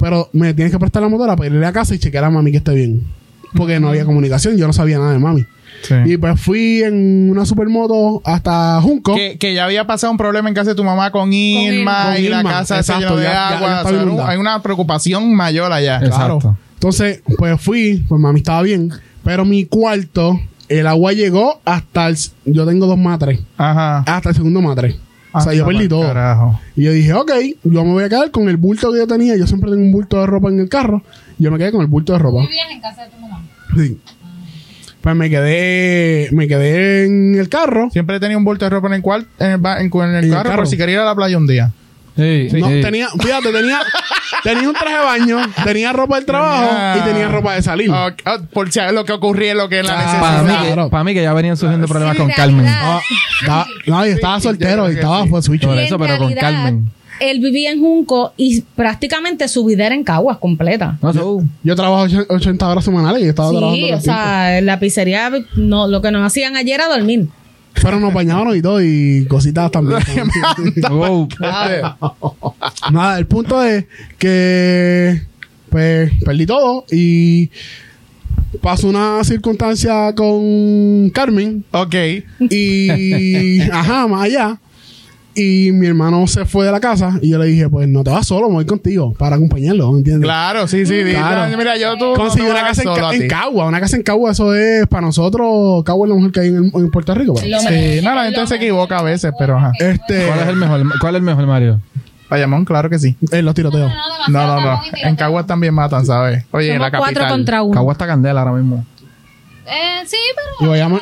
Speaker 4: pero me tienes que prestar la motora para irle a casa y chequear a mami que esté bien. Porque no había comunicación, yo no sabía nada de mami.
Speaker 1: Sí.
Speaker 4: Y pues fui en una supermoto hasta Junco.
Speaker 1: Que, que ya había pasado un problema en casa de tu mamá con Irma,
Speaker 4: Con
Speaker 1: y la
Speaker 4: Irma,
Speaker 1: casa se
Speaker 4: exacto,
Speaker 1: llenó de
Speaker 4: ya- ya- ya
Speaker 1: agua.
Speaker 4: estaba
Speaker 1: O sea, era un-
Speaker 4: inundada.
Speaker 1: hay una preocupación mayor allá.
Speaker 2: Exacto.
Speaker 4: Claro. Entonces, pues fui, pues mami estaba bien, pero mi cuarto, el agua llegó hasta el. Yo tengo dos matres,
Speaker 1: Ajá.
Speaker 4: hasta el segundo matre. o
Speaker 2: Ah,
Speaker 4: sea, yo
Speaker 1: Anda pa'l
Speaker 4: perdí todo.
Speaker 1: carajo.
Speaker 4: Y yo dije, ok, yo me voy a quedar con el bulto que yo tenía. Yo siempre tengo un bulto de ropa en el carro. Yo me quedé con el bulto de ropa.
Speaker 5: vivías en casa de tu mamá.
Speaker 4: Sí. Pues me quedé, me quedé en el carro.
Speaker 1: Siempre tenía un bulto de ropa en el, cual, en el, ba- en- en el
Speaker 4: el
Speaker 1: carro,
Speaker 4: carro.
Speaker 1: por si quería ir a la playa un día.
Speaker 2: Sí,
Speaker 4: no,
Speaker 2: sí.
Speaker 4: tenía, fíjate, tenía, tenía un traje de baño, tenía ropa del trabajo
Speaker 1: Ah.
Speaker 4: y tenía ropa de salir.
Speaker 1: Ah, ah, por si lo que ocurría, lo que la
Speaker 4: Ah,
Speaker 2: Para mí,
Speaker 1: necesidad.
Speaker 2: que,
Speaker 4: Claro.
Speaker 2: para mí que ya venían surgiendo problemas con
Speaker 5: en
Speaker 2: Carmen.
Speaker 4: Ah,
Speaker 5: realidad-
Speaker 4: Estaba- no, y estaba soltero y estaba pues, switch.
Speaker 2: Por
Speaker 3: Y en
Speaker 2: eso, pero con
Speaker 3: realidad,
Speaker 2: Carmen.
Speaker 3: Él vivía en Junco y prácticamente su vida era en Caguas completa.
Speaker 2: No, eso, uh,
Speaker 4: Yo trabajo och- 80 horas semanales y estaba trabajando.
Speaker 3: Sí,
Speaker 4: todo
Speaker 3: o
Speaker 4: el tiempo.
Speaker 3: sea, en la pizzería no, lo que nos hacían ayer era dormir.
Speaker 4: Pero nos bañaron y todo y cositas también.
Speaker 2: wow.
Speaker 4: Nada, el punto es que pues perdí todo y pasó una circunstancia con Carmen
Speaker 1: Ok.
Speaker 4: y ajá, más allá. Y mi hermano se fue de la casa y yo le dije, pues no te vas solo, me voy contigo para acompañarlo, ¿entiendes?
Speaker 1: Claro, sí, sí. di-
Speaker 4: Claro.
Speaker 1: Mira, yo tú.
Speaker 4: Conseguí
Speaker 1: no te
Speaker 4: una
Speaker 1: vas
Speaker 4: casa en,
Speaker 1: solo a
Speaker 4: Ca- en
Speaker 1: ti.
Speaker 4: Cagua, una casa en Cagua, eso es para nosotros, Cagua es la mujer que hay en, en Puerto Rico. pues. ¿verdad?
Speaker 3: Lo
Speaker 1: Sí, no, la gente se equivoca a veces, pero ajá.
Speaker 4: Este,
Speaker 2: ¿Cuál es el mejor, cuál es el mejor Mario?
Speaker 1: Bayamón, claro que sí.
Speaker 4: eh, los tiroteos.
Speaker 1: No, no, no. En Caguas también matan, ¿sabes? Oye, en
Speaker 3: Somos
Speaker 1: la capital.
Speaker 3: cuatro contra uno.
Speaker 2: Cagua está candela ahora mismo.
Speaker 5: Eh, sí,
Speaker 4: Y
Speaker 5: pero.
Speaker 4: vayamos,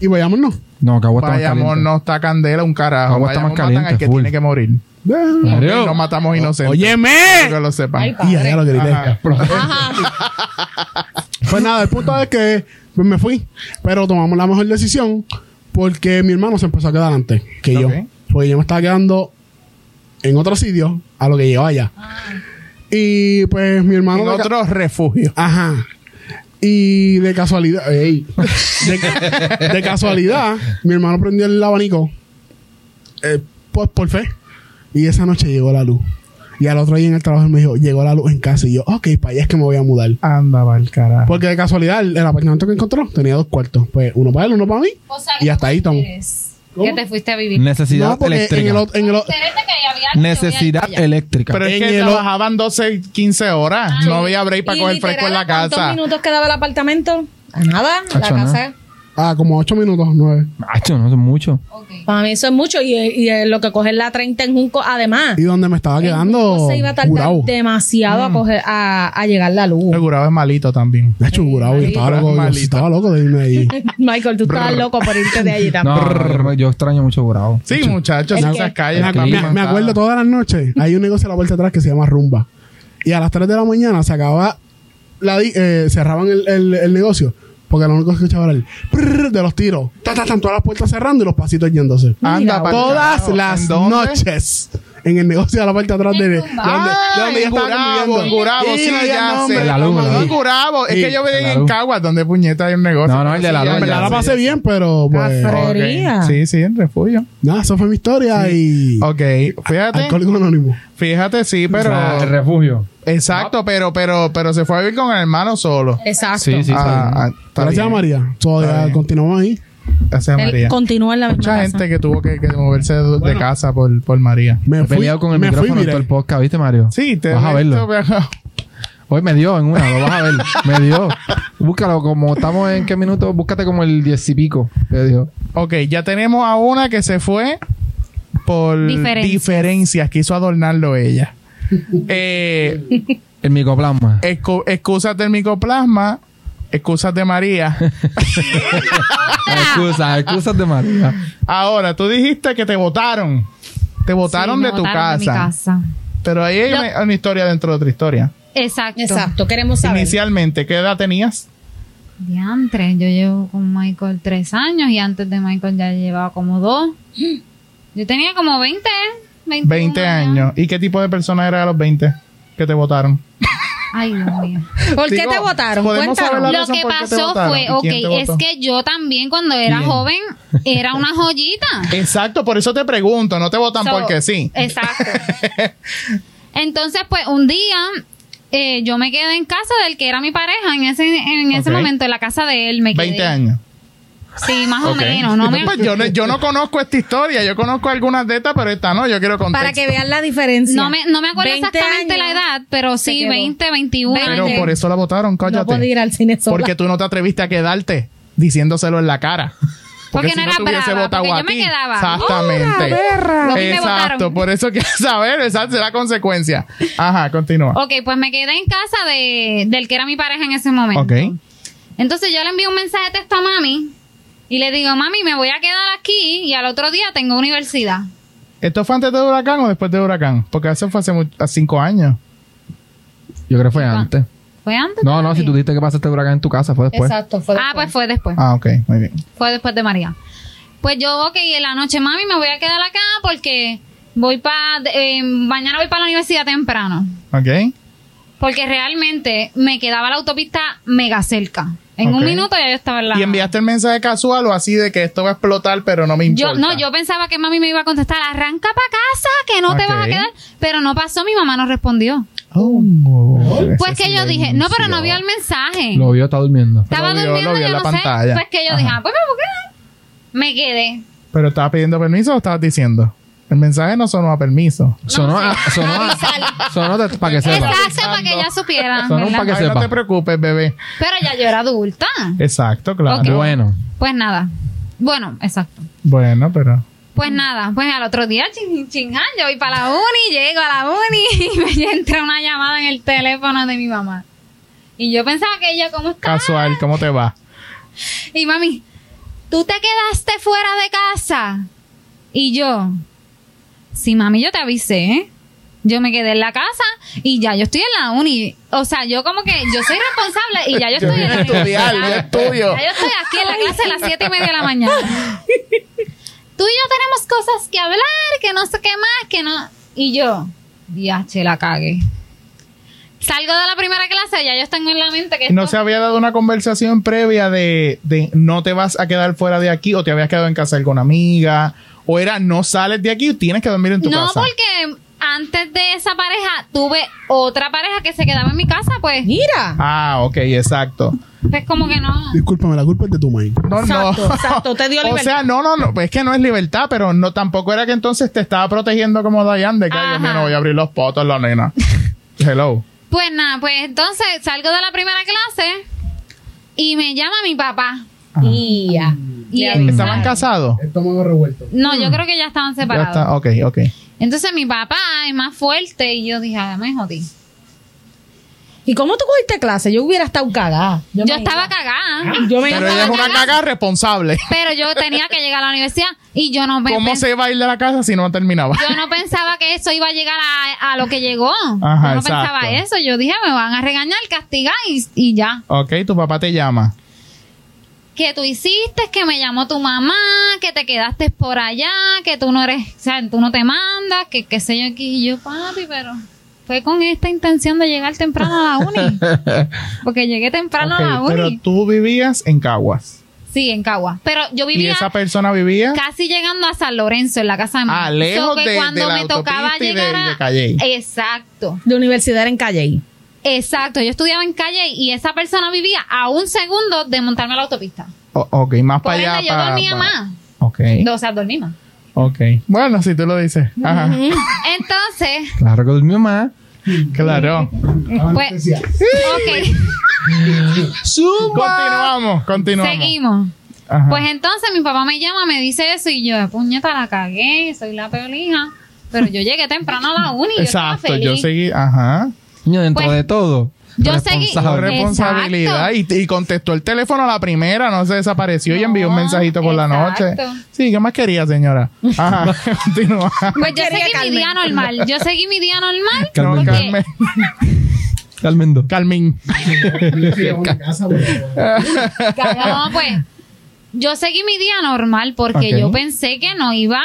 Speaker 4: y vayamos no.
Speaker 2: No, Cagua está más
Speaker 1: Bayamón
Speaker 2: caliente.
Speaker 1: no está candela, un carajo.
Speaker 2: Cagua está más
Speaker 1: Bayamón matan al
Speaker 2: caliente,
Speaker 1: que
Speaker 2: full.
Speaker 1: tiene que morir.
Speaker 4: Déjame.
Speaker 2: Mario.
Speaker 1: No matamos inocentes.
Speaker 4: ¡Óyeme!
Speaker 1: Que lo sepan.
Speaker 3: Ay,
Speaker 4: Y allá lo grité.
Speaker 1: Ajá.
Speaker 3: Ajá.
Speaker 4: Pues nada, el punto es que pues, me fui, pero tomamos la mejor decisión porque mi hermano se empezó a quedar antes que
Speaker 1: Ok.
Speaker 4: yo. Porque yo me estaba quedando en otro sitio a lo que llegaba allá. Y pues mi hermano...
Speaker 1: En
Speaker 4: de ca-
Speaker 1: otro refugio.
Speaker 4: Ajá. Y de casualidad... ey. De, ca- de casualidad, mi hermano prendió el abanico. eh, pues por fe. Y esa noche llegó la luz. Y al otro día en el trabajo él me dijo, llegó la luz en casa. Y yo, ok, para allá es que me voy a mudar.
Speaker 1: Anda, va el carajo.
Speaker 3: Pues,
Speaker 4: Porque de casualidad, el, el apartamento que encontró tenía dos cuartos. Pues uno para él, uno para mí. Y hasta ahí estamos.
Speaker 5: Que te fuiste a vivir.
Speaker 4: No,
Speaker 2: Necesidad
Speaker 4: porque en el,
Speaker 2: eléctrica.
Speaker 4: ot- en el, ot-
Speaker 5: Interesa que había algo,
Speaker 2: Necesidad
Speaker 5: había algo allá.
Speaker 2: eléctrica.
Speaker 1: Pero es
Speaker 4: En
Speaker 1: que
Speaker 4: el o-
Speaker 1: trabajaban 12, 15 horas. no había break para
Speaker 3: Y
Speaker 1: coger fresco en la
Speaker 3: literal, ¿Cuántos
Speaker 1: casa.
Speaker 3: minutos quedaba el apartamento? A nada, la
Speaker 2: Hacho,
Speaker 3: casa.
Speaker 2: nada.
Speaker 4: ah, como ocho minutos, nueve.
Speaker 2: Macho, no, eso es mucho.
Speaker 5: Ok.
Speaker 3: Para mí eso es mucho. Y, y, eh, lo que coge la 30 en Junco, además.
Speaker 4: Y donde me estaba
Speaker 3: en
Speaker 4: quedando
Speaker 3: Junco se iba a tardar
Speaker 4: curado.
Speaker 3: demasiado a, coger, a, a llegar la luz.
Speaker 1: El curado es malito también.
Speaker 4: De hecho, curado. Yo estaba loco, yo
Speaker 1: Malito.
Speaker 4: estaba loco de irme ahí.
Speaker 3: Michael, tú estabas loco por irte de allí también.
Speaker 2: No, yo- yo extraño mucho Burao.
Speaker 1: Sí, muchachos,
Speaker 3: Es
Speaker 1: en
Speaker 3: que-
Speaker 1: esas calles.
Speaker 4: me, acu- me- me acuerdo todas las noches. Hay un negocio a la vuelta atrás que se llama Rumba. Y a las 3 de la mañana se acababa la di- eh, cerraban el, el- el negocio. Porque lo único que escuchaba era el prrr de los tiros. Ta, ta, ta, todas las puertas cerrando y los pasitos yéndose.
Speaker 1: Anda, pa'l
Speaker 4: Todas
Speaker 1: carajo.
Speaker 4: las
Speaker 1: ¿En dónde?
Speaker 4: noches. En el negocio de la parte de atrás de, de donde,
Speaker 1: Ah,
Speaker 4: de donde
Speaker 1: en
Speaker 4: ya estaba
Speaker 1: Gurabo, en
Speaker 4: conviviendo.
Speaker 1: Gurabo, sí,
Speaker 4: no había
Speaker 1: ya
Speaker 4: nombre,
Speaker 1: sé.
Speaker 2: En la
Speaker 4: no
Speaker 2: luna,
Speaker 4: había
Speaker 2: sí.
Speaker 1: En
Speaker 4: nombre.
Speaker 1: Gurabo, es
Speaker 4: Sí,
Speaker 1: que yo
Speaker 2: en
Speaker 1: vivía
Speaker 2: la
Speaker 1: en
Speaker 2: luz.
Speaker 1: Caguas, donde puñeta hay un negocio.
Speaker 2: No, no, el de la
Speaker 1: Sí,
Speaker 2: luz,
Speaker 1: en
Speaker 4: En
Speaker 1: verdad
Speaker 4: verdad la
Speaker 1: la
Speaker 4: pasé bien, pero pues...
Speaker 3: Ah,
Speaker 1: Ok.
Speaker 3: Frería.
Speaker 1: Sí, sí, en refugio.
Speaker 4: Nada, eso fue mi historia y... eh, Ah,
Speaker 1: Ok, fíjate,
Speaker 4: Alcohólico Anónimo.
Speaker 1: fíjate, sí,
Speaker 2: O
Speaker 1: pero.
Speaker 2: sea, el refugio.
Speaker 1: Exacto, pero, pero, pero se fue a vivir con el hermano solo.
Speaker 3: Exacto.
Speaker 2: Sí, sí,
Speaker 1: Ah,
Speaker 2: sí.
Speaker 1: ah, está
Speaker 4: Gracias a
Speaker 1: bien.
Speaker 4: María. Todavía
Speaker 1: bien.
Speaker 4: continuamos ahí.
Speaker 1: Gracias,
Speaker 3: Él
Speaker 1: María.
Speaker 3: continúa en la misma
Speaker 1: Mucha
Speaker 3: casa.
Speaker 1: gente que tuvo que, que moverse de, de casa por, por María.
Speaker 4: Me
Speaker 2: He
Speaker 4: fui,
Speaker 2: peleado con el
Speaker 4: me fui,
Speaker 2: micrófono en
Speaker 4: mire.
Speaker 2: todo el podcast, ¿viste, Mario?
Speaker 1: Sí, te
Speaker 2: Vas a verlo. Hoy me dio en una, lo vas a ver. Me dio. Búscalo, como estamos en qué minuto, búscate como el diez y pico. Me dio.
Speaker 1: Ok, ya tenemos a una que se fue por
Speaker 5: Diferencias.
Speaker 1: diferencias. Quiso adornarlo ella. Eh,
Speaker 2: El micoplasma.
Speaker 1: excu- excusas del micoplasma, excusas de María.
Speaker 2: Excusas, excusas de María.
Speaker 1: Ahora, tú dijiste que te votaron. Te votaron
Speaker 5: Sí, me
Speaker 1: de tu
Speaker 5: botaron de mi
Speaker 1: casa. Pero ahí hay
Speaker 5: Lo-
Speaker 1: una, una historia dentro de otra historia.
Speaker 5: Exacto.
Speaker 3: Exacto, queremos saber.
Speaker 1: Inicialmente, ¿qué edad tenías?
Speaker 5: Diantre, yo llevo con Michael tres años y antes de Michael ya llevaba como dos. Yo tenía como 20, 21
Speaker 1: 20 años. ¿Y qué tipo de persona era a los 20 que te votaron?
Speaker 5: Ay, Dios mío.
Speaker 3: ¿Por qué
Speaker 1: Digo,
Speaker 3: te votaron?
Speaker 1: ¿podemos
Speaker 3: Cuéntanos.
Speaker 1: saber la-
Speaker 5: Lo
Speaker 1: razón
Speaker 5: que
Speaker 1: por qué te
Speaker 5: pasó
Speaker 1: votaron?
Speaker 5: fue,
Speaker 1: ¿Y
Speaker 5: ok,
Speaker 1: quién te
Speaker 5: es
Speaker 1: votó?
Speaker 5: que yo también cuando era
Speaker 1: ¿Quién?
Speaker 5: joven era una joyita.
Speaker 1: Exacto, por eso te pregunto. No te votan
Speaker 5: So, eh,
Speaker 1: porque sí.
Speaker 5: Exacto. Entonces, pues un día eh, yo me quedé en casa del que era mi pareja en ese, en ese
Speaker 1: Ok.
Speaker 5: momento, en la casa de él. Me quedé.
Speaker 1: 20 años.
Speaker 5: Sí, más
Speaker 1: Ok.
Speaker 5: o menos. No me,
Speaker 1: Pues yo, no, yo no conozco esta historia. Yo conozco algunas de estas, pero esta no. Yo quiero contar.
Speaker 3: Para que vean la diferencia.
Speaker 5: no me, no me acuerdo
Speaker 3: 20
Speaker 5: exactamente la
Speaker 3: años,
Speaker 5: edad, pero
Speaker 3: se
Speaker 5: sí,
Speaker 3: quedó.
Speaker 5: 20, 21
Speaker 1: Pero
Speaker 5: años.
Speaker 1: por eso la votaron,
Speaker 3: No podía
Speaker 1: cállate.
Speaker 3: ir al cine sola.
Speaker 1: porque tú no te atreviste a quedarte diciéndoselo en la cara.
Speaker 5: Porque
Speaker 1: si
Speaker 5: no era
Speaker 1: te hubiese
Speaker 5: brava,
Speaker 1: votado
Speaker 5: porque
Speaker 1: a
Speaker 5: yo me
Speaker 1: ti.
Speaker 5: quedaba.
Speaker 1: Exactamente.
Speaker 5: Lo que me
Speaker 1: Exacto,
Speaker 5: votaron.
Speaker 1: por eso quiero saber, esa será la consecuencia. Ajá, continúa.
Speaker 5: Ok, pues me quedé en casa de, del que era mi pareja en ese momento.
Speaker 1: Ok.
Speaker 5: Entonces yo le envío un mensaje de texto a mami y le digo, mami, me voy a quedar aquí y al otro día tengo universidad.
Speaker 1: ¿Esto fue antes de huracán o después de huracán? Porque eso fue hace mu- hace cinco años.
Speaker 2: Yo creo que fue antes.
Speaker 5: ¿Fue antes?
Speaker 2: No, no,
Speaker 5: todavía?
Speaker 2: si tú dijiste que pasaste huracán en tu casa, fue después.
Speaker 3: Exacto, fue
Speaker 5: Ah,
Speaker 3: después.
Speaker 5: pues fue después.
Speaker 1: Ah, ok, muy bien.
Speaker 5: Fue después de María. Pues yo, ok, en la noche, mami, me voy a quedar acá porque voy para... mañana voy para la universidad temprano.
Speaker 1: Ok.
Speaker 5: Porque realmente me quedaba la autopista mega cerca. En
Speaker 1: Ok.
Speaker 5: un minuto ya yo estaba en la...
Speaker 1: ¿Y enviaste el mensaje casual o así de que esto va a explotar, pero no me importa?
Speaker 5: Yo, no, yo pensaba que mami me iba a contestar, arranca para casa, que no te
Speaker 1: Ok.
Speaker 5: vas a quedar. Pero no pasó, mi mamá no respondió.
Speaker 1: Oh,
Speaker 5: Pues que yo dije, no, pero no vio el mensaje.
Speaker 2: Lo vio, está durmiendo.
Speaker 5: Estaba
Speaker 1: Lo vio,
Speaker 5: durmiendo,
Speaker 1: lo vio en
Speaker 5: yo
Speaker 1: la
Speaker 5: no
Speaker 1: pantalla.
Speaker 5: sé. Pues que yo
Speaker 1: Ajá.
Speaker 5: dije, ah, pues me voy a quedar. Me quedé.
Speaker 1: ¿Pero estabas pidiendo permiso o estabas diciendo? El mensaje no sonó a permiso.
Speaker 2: Sonó, a- sonó, a- sonó de- para que sepa.
Speaker 5: Exacto, para que ella supiera.
Speaker 2: Sonó
Speaker 5: ¿verdad?
Speaker 2: pa' que
Speaker 1: Ay, no
Speaker 2: sepa.
Speaker 1: te preocupes, bebé.
Speaker 5: Pero ya yo era adulta.
Speaker 1: Exacto, claro.
Speaker 5: Ok.
Speaker 2: Bueno,
Speaker 5: Pues nada. Bueno, exacto.
Speaker 1: Bueno,
Speaker 3: Ah.
Speaker 1: pero...
Speaker 5: Pues nada, pues al otro día, ching, chingán, yo voy para la uni, llego a la uni y me entra una llamada en el teléfono de mi mamá. Y yo pensaba que ella, ¿cómo está?
Speaker 1: Casual, ¿cómo te va?
Speaker 5: Y mami, ¿tú te quedaste fuera de casa? Y yo, sí, mami, yo te avisé, ¿eh? Yo me quedé en la casa y ya yo estoy en la uni. O sea, yo como que, yo soy responsable y ya yo
Speaker 1: Yo
Speaker 5: estoy en
Speaker 1: vine
Speaker 5: la
Speaker 1: a estudiar, yo
Speaker 5: universidad.
Speaker 1: estudio.
Speaker 5: Ya yo estoy aquí en la clase a las siete y media de la mañana. Tú y yo tenemos cosas que hablar, que no sé qué más, que no... Y yo, diache, la cagué. Salgo de la primera clase, ya yo tengo en la mente que...
Speaker 1: ¿No
Speaker 5: esto-
Speaker 1: se había dado una conversación previa de, de no te vas a quedar fuera de aquí o te habías quedado en casa de alguna amiga? ¿O era no sales de aquí y tienes que dormir en tu
Speaker 5: No,
Speaker 1: casa?
Speaker 5: porque antes de esa pareja tuve otra pareja que se quedaba en mi casa, pues,
Speaker 3: Mira.
Speaker 1: Ah, ok, exacto.
Speaker 5: pues como que no.
Speaker 4: Discúlpame, la culpa es de tu maíz.
Speaker 1: No,
Speaker 3: Exacto,
Speaker 1: no.
Speaker 3: exacto, te dio
Speaker 1: O
Speaker 3: libertad.
Speaker 1: sea, no, no, no, es que no es libertad, pero no tampoco era que entonces te estaba protegiendo como Dayan de que ay, Dios mío,
Speaker 5: Ajá.
Speaker 1: no voy a abrir los potos la nena. Hello.
Speaker 5: Pues nada, pues entonces salgo de la primera clase y me llama mi papá.
Speaker 1: ah.
Speaker 3: Y ya.
Speaker 5: Y él-
Speaker 1: ¿Estaban casados?
Speaker 4: Estómago revuelto.
Speaker 5: no, yo creo que ya estaban
Speaker 1: Mm. Ya
Speaker 5: separados.
Speaker 1: está, ok, ok.
Speaker 5: Entonces mi papá es más fuerte y yo dije, ah, me jodí.
Speaker 3: ¿Y cómo tú cogiste clase? Yo hubiera estado cagada.
Speaker 5: Yo,
Speaker 3: me
Speaker 5: estaba
Speaker 3: iba. Ah.
Speaker 5: cagada,
Speaker 3: Yo me
Speaker 1: Pero
Speaker 3: iba.
Speaker 1: ella es una caga responsable.
Speaker 5: pero yo tenía que llegar a la universidad y yo no me
Speaker 3: pues-
Speaker 1: ¿Cómo
Speaker 5: pensé-
Speaker 1: se iba a ir de la casa si no terminaba?
Speaker 5: yo no pensaba que eso iba a llegar a, a lo que llegó.
Speaker 1: Ajá,
Speaker 5: yo no
Speaker 1: exacto.
Speaker 5: pensaba eso. Yo dije, me van a regañar, castigar y, y ya.
Speaker 1: Ok, tu papá te llama.
Speaker 5: que tú hiciste, que me llamó tu mamá, que te quedaste por allá, que tú no eres, o sea, tú no te mandas, que qué sé yo aquí y yo, papi, pero fue con esta intención de llegar temprano a la uni. Porque llegué temprano Ah, a la
Speaker 1: Ok, pero
Speaker 5: uni.
Speaker 1: tú vivías en Caguas.
Speaker 5: Sí, en Cagua. Pero yo
Speaker 1: Y
Speaker 5: vivía
Speaker 1: esa persona vivía.
Speaker 5: casi llegando a San Lorenzo en la casa de mi
Speaker 1: Ah,
Speaker 5: mamá.
Speaker 1: lejos de- de la autopista y de- y de Calle.
Speaker 5: Exacto.
Speaker 3: De universidad en Calle.
Speaker 5: Exacto, yo estudiaba en calle y esa persona vivía a un segundo de montarme a la autopista.
Speaker 1: O- ok, más
Speaker 5: Por
Speaker 1: para allá.
Speaker 5: ende, yo
Speaker 1: pa-
Speaker 5: dormía
Speaker 1: pa-
Speaker 5: más.
Speaker 1: Ok,
Speaker 5: O sea, dormía más.
Speaker 1: ok. Bueno, si tú lo dices. Ajá,
Speaker 5: Entonces,
Speaker 2: claro que durmió más.
Speaker 1: claro.
Speaker 2: Ah,
Speaker 5: Pues, ok,
Speaker 1: Continuamos, continuamos.
Speaker 5: seguimos.
Speaker 1: Ajá.
Speaker 5: "Eh, Pues entonces mi papá me llama, me dice eso y yo, puñeta, la cagué, soy la peor hija. Pero yo llegué temprano a la uni. yo estaba
Speaker 1: Exacto, yo
Speaker 5: feliz.
Speaker 1: seguí, ajá.
Speaker 2: Niño, dentro
Speaker 5: Pues,
Speaker 2: de todo.
Speaker 5: yo
Speaker 2: responsable.
Speaker 5: seguí- Eh,
Speaker 1: Por
Speaker 5: Exacto.
Speaker 1: responsabilidad y, y contestó el teléfono a la primera, no se desapareció y
Speaker 5: No,
Speaker 1: envió un mensajito por la
Speaker 5: exacto.
Speaker 1: noche. Sí, ¿qué más quería, señora? Ajá, continúa.
Speaker 5: Pues yo
Speaker 3: Quería
Speaker 5: seguí
Speaker 3: Carmen.
Speaker 5: mi día normal. Yo seguí mi día normal.
Speaker 1: No,
Speaker 2: Carmen,
Speaker 5: porque-
Speaker 1: Carmen,
Speaker 2: Calmendo.
Speaker 1: Carmen.
Speaker 5: No, pues yo seguí mi día normal porque
Speaker 2: Ok.
Speaker 5: yo pensé que no iba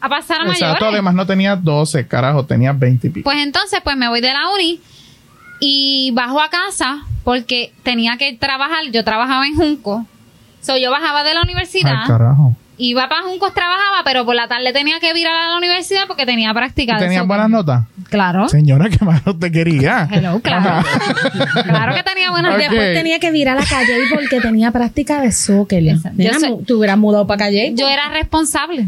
Speaker 5: a pasar a
Speaker 1: Exacto,
Speaker 5: mayores.
Speaker 1: además no tenía 12, carajo, tenía 20 y pico.
Speaker 5: Pues entonces, pues me voy de la uni y bajo a casa porque tenía que trabajar. Yo trabajaba en Junco. So, yo bajaba de la
Speaker 1: Ay,
Speaker 5: universidad,
Speaker 1: carajo.
Speaker 5: iba para Juncos, trabajaba, pero por la tarde tenía que virar a la universidad porque tenía
Speaker 1: ¿Y
Speaker 5: práctica. de
Speaker 1: ¿Tenías
Speaker 5: eso.
Speaker 1: buenas notas?
Speaker 5: Claro.
Speaker 1: Señora, ¿qué más no te quería?
Speaker 5: Hello, claro. claro que tenía buenas
Speaker 1: Ok.
Speaker 5: después
Speaker 3: Después tenía que virar a la calle porque tenía práctica de soccer.
Speaker 5: Exacto.
Speaker 3: Nena,
Speaker 5: Yo soy-
Speaker 3: mu- te hubieras mudado para calle.
Speaker 5: Yo era responsable.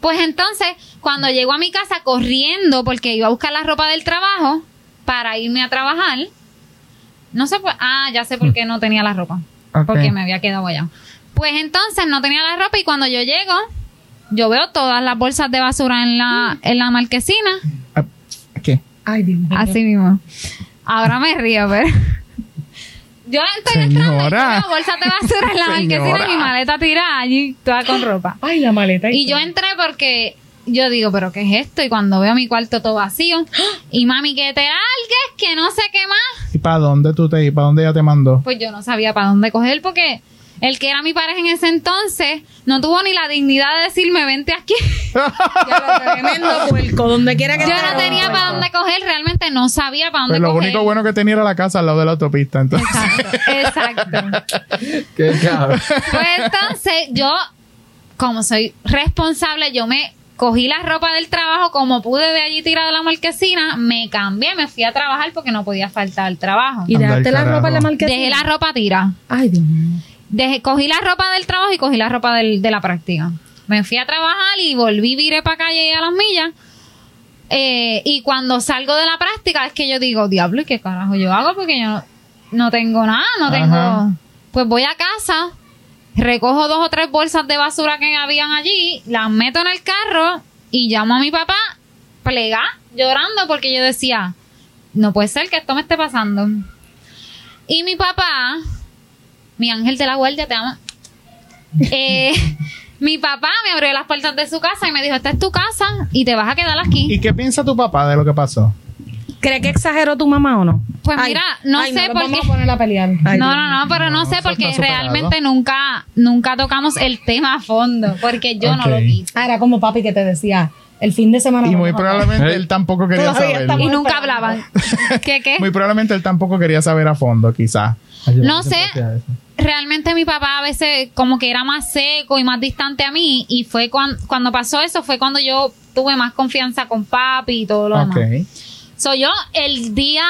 Speaker 5: Pues entonces, cuando llego a mi casa corriendo porque iba a buscar la ropa del trabajo para irme a trabajar, no sé, por- ah, ya sé por qué no tenía la ropa,
Speaker 1: Ok.
Speaker 5: porque me había quedado allá. Pues entonces no tenía la ropa y cuando yo llego, yo veo todas las bolsas de basura en la, en la marquesina,
Speaker 1: Ah, ¿Qué?
Speaker 3: Ay, Dios mío.
Speaker 5: así mismo. Ahora me río, pero... Yo estoy entrando y
Speaker 1: Señora.
Speaker 5: veo bolsas de basura en la marquesina
Speaker 1: Señora.
Speaker 5: y mi maleta tirada allí, toda con ropa.
Speaker 3: Ay, la maleta.
Speaker 5: Y yo entré porque yo digo, pero ¿qué es esto? Y cuando veo mi cuarto todo vacío, y mami, que te largues, que no sé qué más.
Speaker 1: ¿Y para dónde tú te y para dónde ella te mandó?
Speaker 5: Pues yo no sabía para dónde coger porque el que era mi pareja en ese entonces no tuvo ni la dignidad de decirme, vente aquí.
Speaker 3: Tremendo puerco, donde quiera que
Speaker 5: Yo
Speaker 3: te
Speaker 5: no
Speaker 3: lo
Speaker 5: tenía
Speaker 3: pongas.
Speaker 5: para dónde coger, realmente no sabía para dónde
Speaker 1: Pues lo
Speaker 5: coger.
Speaker 1: único bueno que tenía era la casa al lado de la autopista, entonces.
Speaker 5: Exacto, exacto.
Speaker 2: Qué cabrón.
Speaker 5: Pues entonces yo, como soy responsable, yo me cogí la ropa del trabajo como pude de allí tirada de la marquesina, me cambié, me fui a trabajar porque no podía faltar al trabajo.
Speaker 3: Y
Speaker 1: Anda
Speaker 3: dejaste
Speaker 1: al
Speaker 3: la
Speaker 1: carajo.
Speaker 3: ropa en la marquesina.
Speaker 5: Dejé la ropa tira.
Speaker 3: Ay, Dios mío.
Speaker 5: Dejé, cogí la ropa del trabajo y cogí la ropa del- de la práctica. Me fui a trabajar y volví, viré para calle y a las millas. Eh, y cuando salgo de la práctica es que yo digo, diablo, ¿y qué carajo yo hago? Porque yo no, no tengo nada, no
Speaker 1: Ajá.
Speaker 5: tengo... Pues voy a casa, recojo dos o tres bolsas de basura que habían allí, las meto en el carro y llamo a mi papá, plega, llorando porque yo decía, no puede ser que esto me esté pasando. Y mi papá, mi ángel de la guardia, te amo. Eh, mi papá me abrió las puertas de su casa y me dijo, esta es tu casa y te vas a quedar aquí.
Speaker 1: ¿Y qué piensa tu papá de lo que pasó?
Speaker 3: ¿Cree que exageró tu mamá o no?
Speaker 5: Pues mira, no sé
Speaker 3: nos
Speaker 5: por
Speaker 3: vamos
Speaker 5: qué.
Speaker 3: a poner a pelear. Ah, Ay,
Speaker 5: no,
Speaker 3: Dios
Speaker 5: no, no, pero no,
Speaker 1: No,
Speaker 5: sé
Speaker 1: eso
Speaker 5: porque
Speaker 1: está superado.
Speaker 5: realmente nunca, nunca tocamos el tema a fondo, porque yo no lo
Speaker 1: Ok.
Speaker 5: quise.
Speaker 3: Ah, era como papi que te decía, el fin de semana.
Speaker 1: Y
Speaker 3: vamos
Speaker 1: muy
Speaker 3: a-
Speaker 1: probablemente
Speaker 2: Ey.
Speaker 1: él tampoco quería
Speaker 3: Todavía
Speaker 1: saber.
Speaker 3: estamos-
Speaker 5: Y nunca
Speaker 3: esperando.
Speaker 5: hablaban. ¿Qué qué?
Speaker 1: Muy probablemente él tampoco quería saber a fondo, quizás.
Speaker 5: No sé. realmente mi papá a veces como que era más seco y más distante a mí y fue cuan- cuando pasó eso fue cuando yo tuve más confianza con papi y todo lo
Speaker 1: Ok.
Speaker 5: demás. Soy yo el día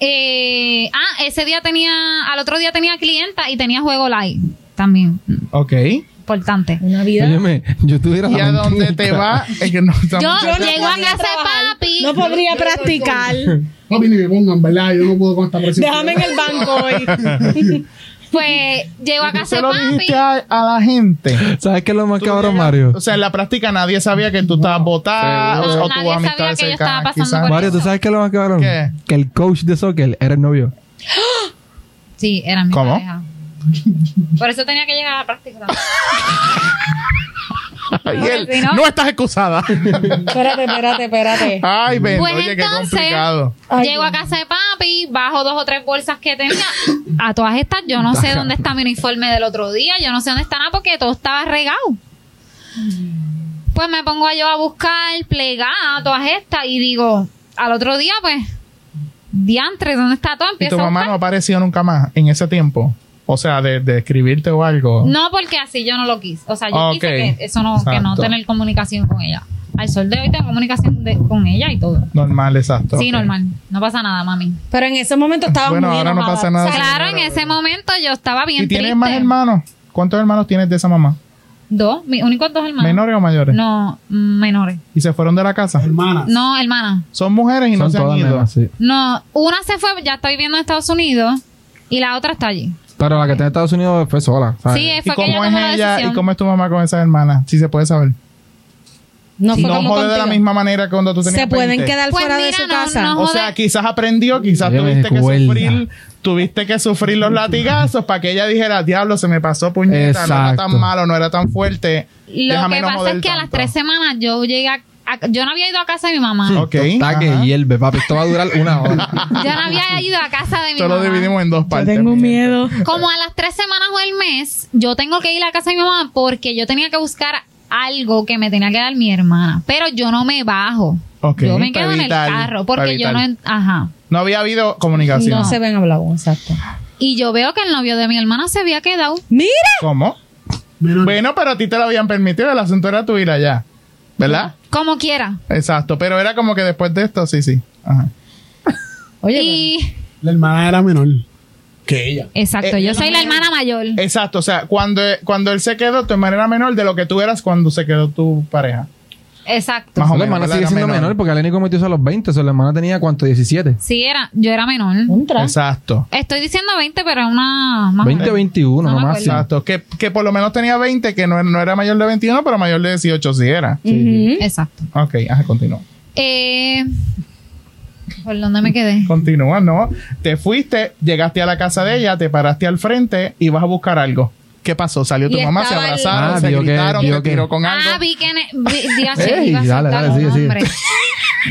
Speaker 5: eh, ah ese día tenía al otro día tenía clienta y tenía juego live también
Speaker 1: Ok.
Speaker 5: importante.
Speaker 3: Una vida.
Speaker 2: Óyeme, yo estuviera.
Speaker 1: ¿Y a dónde te va? Es que no estamos-
Speaker 5: Yo
Speaker 3: Yo no
Speaker 5: llego a
Speaker 3: podría
Speaker 5: casa de
Speaker 3: trabajar,
Speaker 5: papi.
Speaker 3: No podría practicar.
Speaker 4: Papi, ni me pongan, ¿verdad? Yo no puedo con esta presión.
Speaker 3: Déjame en el banco hoy.
Speaker 5: Pues llego a
Speaker 1: Tú
Speaker 5: casa
Speaker 1: se
Speaker 5: de
Speaker 1: lo
Speaker 5: papi.
Speaker 1: dijiste a, a la gente.
Speaker 2: ¿Sabes qué es lo más
Speaker 1: Tú
Speaker 2: cabrón,
Speaker 1: llegas-
Speaker 2: Mario?
Speaker 1: O sea, en la práctica nadie sabía que tú estabas botada
Speaker 5: No,
Speaker 1: o, o
Speaker 5: nadie
Speaker 1: tus
Speaker 5: sabía
Speaker 1: amistades
Speaker 5: que yo
Speaker 1: cercanas,
Speaker 5: estaba pasando
Speaker 1: quizás.
Speaker 5: por
Speaker 2: Mario, ¿tú
Speaker 5: eso.
Speaker 2: sabes qué es lo más cabrón?
Speaker 1: ¿Qué?
Speaker 2: Que el coach de soccer era el novio.
Speaker 5: Sí, era mi
Speaker 1: ¿Cómo?
Speaker 5: pareja. Por eso tenía que llegar a la práctica.
Speaker 1: Y él,
Speaker 5: Si no-
Speaker 1: no estás excusada.
Speaker 3: espérate, espérate, espérate.
Speaker 1: Ay, ven,
Speaker 5: Pues
Speaker 1: oye, qué
Speaker 5: entonces-
Speaker 1: complicado.
Speaker 3: Ay,
Speaker 5: Llego a casa de papi, bajo dos o tres bolsas que tenía. A todas estas, yo no sé dónde está mi uniforme del otro día, yo no sé dónde está nada porque todo estaba regado. Pues me pongo yo a buscar, plegar a todas estas y digo, al otro día, pues, diantre, ¿dónde está todo?
Speaker 1: ¿Y
Speaker 5: Empiezo
Speaker 1: tu
Speaker 5: a
Speaker 1: mamá
Speaker 5: buscar.
Speaker 1: no apareció nunca más en ese tiempo? O sea, de, de escribirte o algo.
Speaker 5: No, porque así yo no lo quise. O sea, yo
Speaker 1: Ah, ok.
Speaker 5: quise que eso no, que no
Speaker 1: Exacto.
Speaker 5: tener comunicación con ella. Al sol de hoy tengo comunicación de- con ella y todo.
Speaker 1: Normal, exacto.
Speaker 5: Sí,
Speaker 1: ok.
Speaker 5: normal. No pasa nada, mami.
Speaker 3: Pero en ese momento estaba
Speaker 1: Bueno,
Speaker 3: muy
Speaker 1: ahora no
Speaker 3: enojada.
Speaker 1: pasa nada.
Speaker 5: Claro, en ese momento yo estaba bien
Speaker 1: ¿Y tienes
Speaker 5: triste.
Speaker 1: más hermanos? ¿Cuántos hermanos tienes de esa mamá?
Speaker 5: Dos, mis únicos dos hermanos.
Speaker 1: ¿Menores o mayores?
Speaker 5: No, mm, menores.
Speaker 1: ¿Y se fueron de la casa?
Speaker 4: Hermana.
Speaker 5: No, hermana.
Speaker 1: Son mujeres y no
Speaker 2: Son
Speaker 1: se han
Speaker 2: todas
Speaker 1: ido.
Speaker 2: nenas, sí.
Speaker 5: No, una se fue, ya está viviendo en Estados Unidos y la otra está allí.
Speaker 2: Pero la que está en Estados Unidos fue sola. ¿sabes?
Speaker 5: Sí,
Speaker 1: ¿Y
Speaker 5: Eh, fue que ella
Speaker 1: cómo
Speaker 5: tomó
Speaker 1: es
Speaker 5: la
Speaker 1: ella
Speaker 5: decisión.
Speaker 1: y cómo es tu mamá con esas hermanas? Si se puede saber.
Speaker 3: No fue
Speaker 1: no
Speaker 3: como
Speaker 1: jode de la
Speaker 3: contigo.
Speaker 1: misma manera que cuando tú tenías
Speaker 3: Se pueden
Speaker 1: 20.
Speaker 3: quedar
Speaker 5: Pues
Speaker 3: fuera de
Speaker 5: mira,
Speaker 3: su
Speaker 5: no,
Speaker 3: casa.
Speaker 5: no.
Speaker 1: O sea,
Speaker 5: Joder.
Speaker 1: quizás aprendió, quizás
Speaker 2: Ella me
Speaker 1: tuviste que
Speaker 2: recuerda.
Speaker 1: sufrir, tuviste que sufrir los latigazos para que ella dijera, diablo, se me pasó puñeta, no era
Speaker 2: Exacto.
Speaker 1: tan malo, no era tan fuerte.
Speaker 5: Lo
Speaker 1: déjame
Speaker 5: que
Speaker 1: no
Speaker 5: pasa
Speaker 1: joder
Speaker 5: es que a las
Speaker 1: tanto".
Speaker 5: tres semanas yo llegué a, a- Yo no había ido a casa de mi mamá.
Speaker 1: Ok.
Speaker 2: Está que
Speaker 1: ajá.
Speaker 2: hierve, papi. Esto va a durar una hora.
Speaker 5: Yo no había ido a casa de mi
Speaker 1: Esto lo
Speaker 5: mamá.
Speaker 1: dividimos en dos
Speaker 3: Yo
Speaker 1: partes.
Speaker 3: tengo
Speaker 1: mira.
Speaker 3: miedo.
Speaker 5: Como a las tres semanas o el mes, yo tengo que ir a casa de mi mamá porque yo tenía que buscar algo que me tenía que dar mi hermana. Pero yo no me bajo.
Speaker 1: Ok,
Speaker 5: yo me
Speaker 1: para
Speaker 5: quedo en el
Speaker 1: evitar-
Speaker 5: carro
Speaker 1: para
Speaker 5: porque yo no.
Speaker 1: evitar.
Speaker 5: en- Ajá.
Speaker 1: No había habido comunicación.
Speaker 3: No se ven hablados, exacto.
Speaker 5: Y yo veo que el novio de mi hermana se había quedado.
Speaker 3: ¡Mira!
Speaker 1: ¿Cómo? Bueno, pero a ti te lo habían permitido, el asunto era tu ir allá. ¿Verdad?
Speaker 5: Como quiera.
Speaker 1: Exacto, pero era como que después de esto, sí, sí. Ajá.
Speaker 3: Oye,
Speaker 5: Y.
Speaker 4: La hermana era menor que ella.
Speaker 5: Exacto,
Speaker 1: Eh,
Speaker 5: yo soy la hermana mayor.
Speaker 1: Exacto, o sea, cuando, cuando él se quedó, tu hermana era menor de lo que tú eras cuando se quedó tu pareja.
Speaker 5: Exacto.
Speaker 1: Más o
Speaker 2: la
Speaker 1: menos,
Speaker 2: hermana
Speaker 1: ¿verdad?
Speaker 2: sigue
Speaker 1: Era
Speaker 2: siendo
Speaker 1: menor.
Speaker 2: menor, porque Eleni cometió eso a los 20. O sea, la hermana tenía, ¿cuánto? 17.
Speaker 5: Sí, era, yo era menor.
Speaker 1: Oh.
Speaker 3: contra.
Speaker 1: Exacto.
Speaker 5: Estoy diciendo 20, pero es una más
Speaker 2: 20 o 21,
Speaker 5: No
Speaker 2: no,
Speaker 5: me
Speaker 2: más.
Speaker 5: acuerdo.
Speaker 1: Exacto, que, que por lo menos tenía 20, que no, no era mayor de 21, pero mayor de 18 sí era.
Speaker 3: Ujú.
Speaker 5: Exacto.
Speaker 1: Ok, ajá, continúa.
Speaker 5: Eh, ¿Por dónde me quedé?
Speaker 1: Continúa, ¿no? Te fuiste, llegaste a la casa de ella, te paraste al frente y vas a buscar algo. ¿Qué pasó? Salió tu
Speaker 3: Y
Speaker 1: mamá, se
Speaker 3: estaba el-
Speaker 1: abrazaron,
Speaker 2: Ah,
Speaker 1: se
Speaker 2: vio que-
Speaker 1: gritaron,
Speaker 2: vio
Speaker 1: te
Speaker 2: que-
Speaker 1: tiró con algo.
Speaker 5: Ah, vi que... ne- Vi, di- ah, sí,
Speaker 2: Ey,
Speaker 5: iba a
Speaker 2: dale,
Speaker 5: soltar
Speaker 2: dale,
Speaker 5: un
Speaker 2: sigue,
Speaker 5: nombre.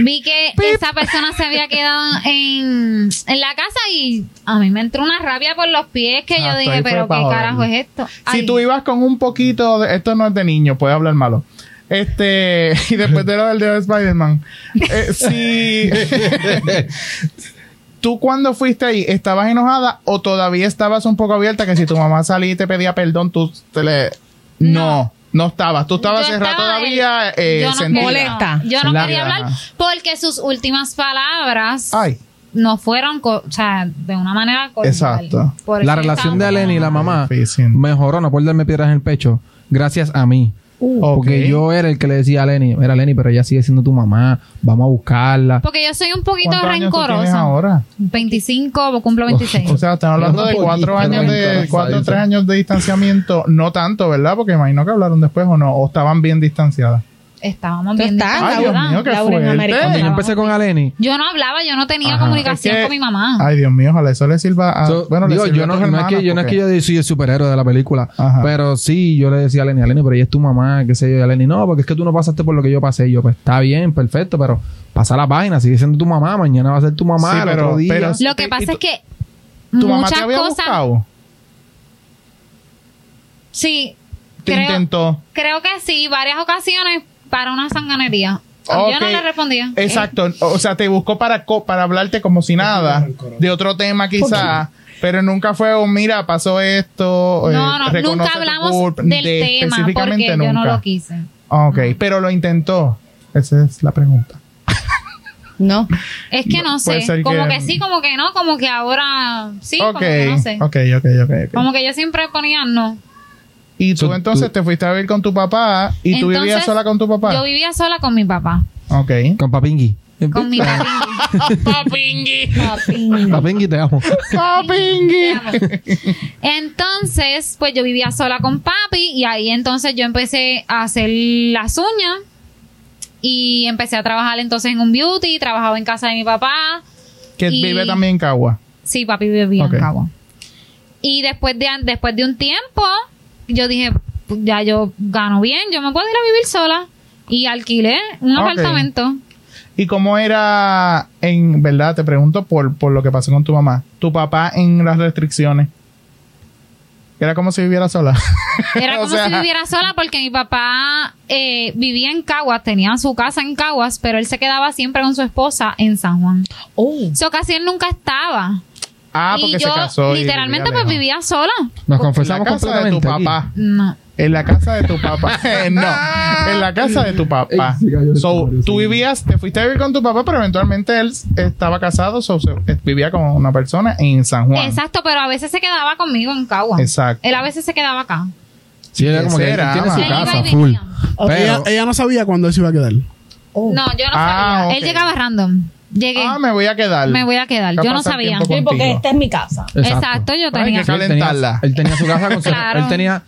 Speaker 5: Vi que esa persona se había quedado en, en la casa y a mí me entró una rabia por los pies que
Speaker 1: Ah,
Speaker 5: yo
Speaker 1: ahí
Speaker 5: dije,
Speaker 1: fue
Speaker 5: pero
Speaker 1: pa'
Speaker 5: ¿qué
Speaker 1: joder.
Speaker 5: carajo es esto?
Speaker 1: Si tú ibas con un poquito de, esto no es de niño, puede hablar malo. Este, y después de lo del dedo de Spider-Man. Eh, si tú cuando fuiste ahí, ¿estabas enojada o todavía estabas un poco abierta que si tu mamá salía y te pedía perdón, tú te le no, no, estabas, tú estabas
Speaker 5: Yo
Speaker 1: cerrada
Speaker 5: estaba-
Speaker 1: todavía eh,
Speaker 5: yo no
Speaker 1: sentida.
Speaker 5: quería-
Speaker 3: Molesta.
Speaker 5: Yo no
Speaker 1: Sentida.
Speaker 5: quería hablar porque sus últimas palabras
Speaker 1: Ay,
Speaker 5: no fueron, co- o sea, de una manera cordial.
Speaker 1: Exacto.
Speaker 5: Por
Speaker 2: La
Speaker 5: eso
Speaker 2: relación de
Speaker 5: estaba-
Speaker 2: Eleni y la mamá
Speaker 1: Difícil.
Speaker 2: mejoró, no por darme piedras en el pecho, gracias a mí.
Speaker 5: Uh.
Speaker 1: ok.
Speaker 2: Porque yo era el que le decía a Lenny, era Lenny, pero ella sigue siendo tu mamá, vamos a buscarla.
Speaker 5: Porque yo soy un poquito
Speaker 1: ¿Cuántos años tú tienes
Speaker 5: rencorosa.
Speaker 1: ahora?
Speaker 5: 25, cumplo 26.
Speaker 1: O sea, están hablando de
Speaker 2: Un
Speaker 1: cuatro
Speaker 2: poquito,
Speaker 1: años de
Speaker 2: entonces.
Speaker 1: cuatro o tres años de distanciamiento, no tanto, ¿verdad? Porque imagino que hablaron después o no, o estaban bien distanciadas.
Speaker 5: Estábamos
Speaker 3: Pero
Speaker 5: bien
Speaker 3: está,
Speaker 5: distantes,
Speaker 1: Ay, Dios
Speaker 5: ¿verdad?
Speaker 1: mío, qué
Speaker 3: Laura en
Speaker 1: fuerte.
Speaker 2: Cuando yo
Speaker 3: América.
Speaker 5: Estábamos
Speaker 2: empecé con Aleni,
Speaker 5: Yo no hablaba, yo no tenía
Speaker 1: Ajá.
Speaker 5: comunicación
Speaker 1: Es que-
Speaker 5: con mi mamá.
Speaker 1: Ay, Dios mío, ojalá eso le sirva a.
Speaker 2: so,
Speaker 1: Ah, bueno, le
Speaker 2: digo,
Speaker 1: sirve
Speaker 2: yo
Speaker 1: a
Speaker 2: no,
Speaker 1: tus
Speaker 2: no es que,
Speaker 1: hermanas,
Speaker 2: yo no es que
Speaker 1: porque-
Speaker 2: yo soy el superhéroe de la película,
Speaker 1: Ajá.
Speaker 2: pero sí, yo le decía a Lenny, Lenny, pero ella es tu mamá, qué sé yo, y a Lenny, no, porque es que tú no pasaste por lo que yo pasé. Y yo, pues está bien, perfecto, pero pasa la página, sigue siendo tu mamá, mañana va a ser tu mamá,
Speaker 1: Sí,
Speaker 2: el
Speaker 1: pero-
Speaker 2: otro día.
Speaker 1: pero-
Speaker 5: Lo que
Speaker 1: ¿Y
Speaker 5: pasa
Speaker 1: tú-
Speaker 5: es que
Speaker 1: ¿Tu mamá te
Speaker 5: muchas
Speaker 1: había
Speaker 5: cosas.
Speaker 1: buscado?
Speaker 5: Sí,
Speaker 1: Te
Speaker 5: creo,
Speaker 1: intentó.
Speaker 5: creo que sí, varias ocasiones para una sanganería. Yo
Speaker 1: Ok.
Speaker 5: no le respondía. Eh.
Speaker 1: Exacto. O sea, te buscó para, co- para hablarte como si nada, de otro tema quizás, pero nunca fue un, mira, pasó esto. eh,
Speaker 5: No, no,
Speaker 1: reconoce
Speaker 5: nunca
Speaker 1: tu
Speaker 5: hablamos
Speaker 1: culpa",
Speaker 5: del
Speaker 1: de-
Speaker 5: tema porque
Speaker 1: específicamente
Speaker 5: yo no
Speaker 1: nunca.
Speaker 5: lo quise.
Speaker 1: Ok, pero lo intentó. Esa es la pregunta.
Speaker 3: No.
Speaker 5: Es que no
Speaker 1: Puede
Speaker 5: sé,
Speaker 1: ser
Speaker 5: como
Speaker 1: que-
Speaker 5: que... sí, como que no, como que ahora sí,
Speaker 1: ok,
Speaker 5: como que no sé.
Speaker 1: ok, ok, ok. ok.
Speaker 5: Como que yo siempre ponía no.
Speaker 1: Y tú
Speaker 2: So,
Speaker 1: entonces
Speaker 2: tú-
Speaker 1: te fuiste a vivir con tu papá y tú
Speaker 5: Entonces,
Speaker 1: vivías sola con tu papá.
Speaker 5: Yo vivía sola con mi papá,
Speaker 1: Ok.
Speaker 2: Con Papingui.
Speaker 5: con mi papi.
Speaker 2: Papingui, te amo.
Speaker 5: Te amo. Entonces, pues yo vivía sola con papi y ahí entonces yo empecé a hacer las uñas y empecé a trabajar entonces en un beauty, trabajaba en casa de mi papá.
Speaker 1: Que
Speaker 5: Y-
Speaker 1: vive también en Cagua.
Speaker 5: Sí, papi vivía
Speaker 1: Ok.
Speaker 5: en Cabo. Y después de, después de un tiempo, yo dije, "Pues, ya yo gano bien, yo me puedo ir a vivir sola. Y alquilé un
Speaker 1: Ok.
Speaker 5: apartamento.
Speaker 1: ¿Y cómo era en verdad? Te pregunto por, por lo que pasó con tu mamá. Tu papá en las restricciones. Era como si viviera sola.
Speaker 5: Era
Speaker 1: O
Speaker 5: como
Speaker 1: sea-
Speaker 5: si viviera sola porque mi papá eh, vivía en Caguas, tenía su casa en Caguas, pero él se quedaba siempre con su esposa en San Juan.
Speaker 3: Oh.
Speaker 5: Eso casi él nunca estaba.
Speaker 1: Ah, porque
Speaker 5: y yo
Speaker 1: se casó. y
Speaker 5: literalmente pues
Speaker 1: lejos.
Speaker 5: vivía sola.
Speaker 2: Nos
Speaker 1: En la
Speaker 2: confesamos
Speaker 1: casa de tu
Speaker 2: completamente. aquí.
Speaker 1: papá.
Speaker 5: No.
Speaker 1: En la casa de tu papá. Eh, no. En la casa de tu papá.
Speaker 2: Ey, sí, cayó el
Speaker 1: So,
Speaker 2: cabrón,
Speaker 1: tú
Speaker 2: sí.
Speaker 1: vivías, te fuiste a vivir con tu papá, pero eventualmente él estaba casado, so, se- eh, vivía con una persona en San Juan.
Speaker 5: Exacto, Eh, pero a veces se quedaba conmigo en Caguas.
Speaker 1: Exacto.
Speaker 5: Él a veces se quedaba acá.
Speaker 2: Sí, era como que él
Speaker 1: Será,
Speaker 2: tiene su
Speaker 1: mamá.
Speaker 2: casa,
Speaker 5: Él iba y
Speaker 2: full.
Speaker 5: venía.
Speaker 4: Ella,
Speaker 2: Pero,
Speaker 4: ella no sabía cuándo él se iba a quedar.
Speaker 3: Oh.
Speaker 5: No, yo no
Speaker 1: Ah,
Speaker 5: sabía.
Speaker 1: ok.
Speaker 5: Él llegaba random. Llegué.
Speaker 1: Ah, me voy a quedar.
Speaker 5: me voy a quedar.
Speaker 1: Capaz
Speaker 5: Yo no
Speaker 1: al
Speaker 5: sabía.
Speaker 1: tiempo
Speaker 3: Sí, porque este
Speaker 1: contigo.
Speaker 3: esta es mi casa.
Speaker 5: Exacto, yo
Speaker 1: Ay,
Speaker 5: tenía.
Speaker 1: qué cal-
Speaker 2: Él tenía-
Speaker 1: Calentarla.
Speaker 2: Él tenía, su casa con su-
Speaker 5: Claro.
Speaker 2: Él tenía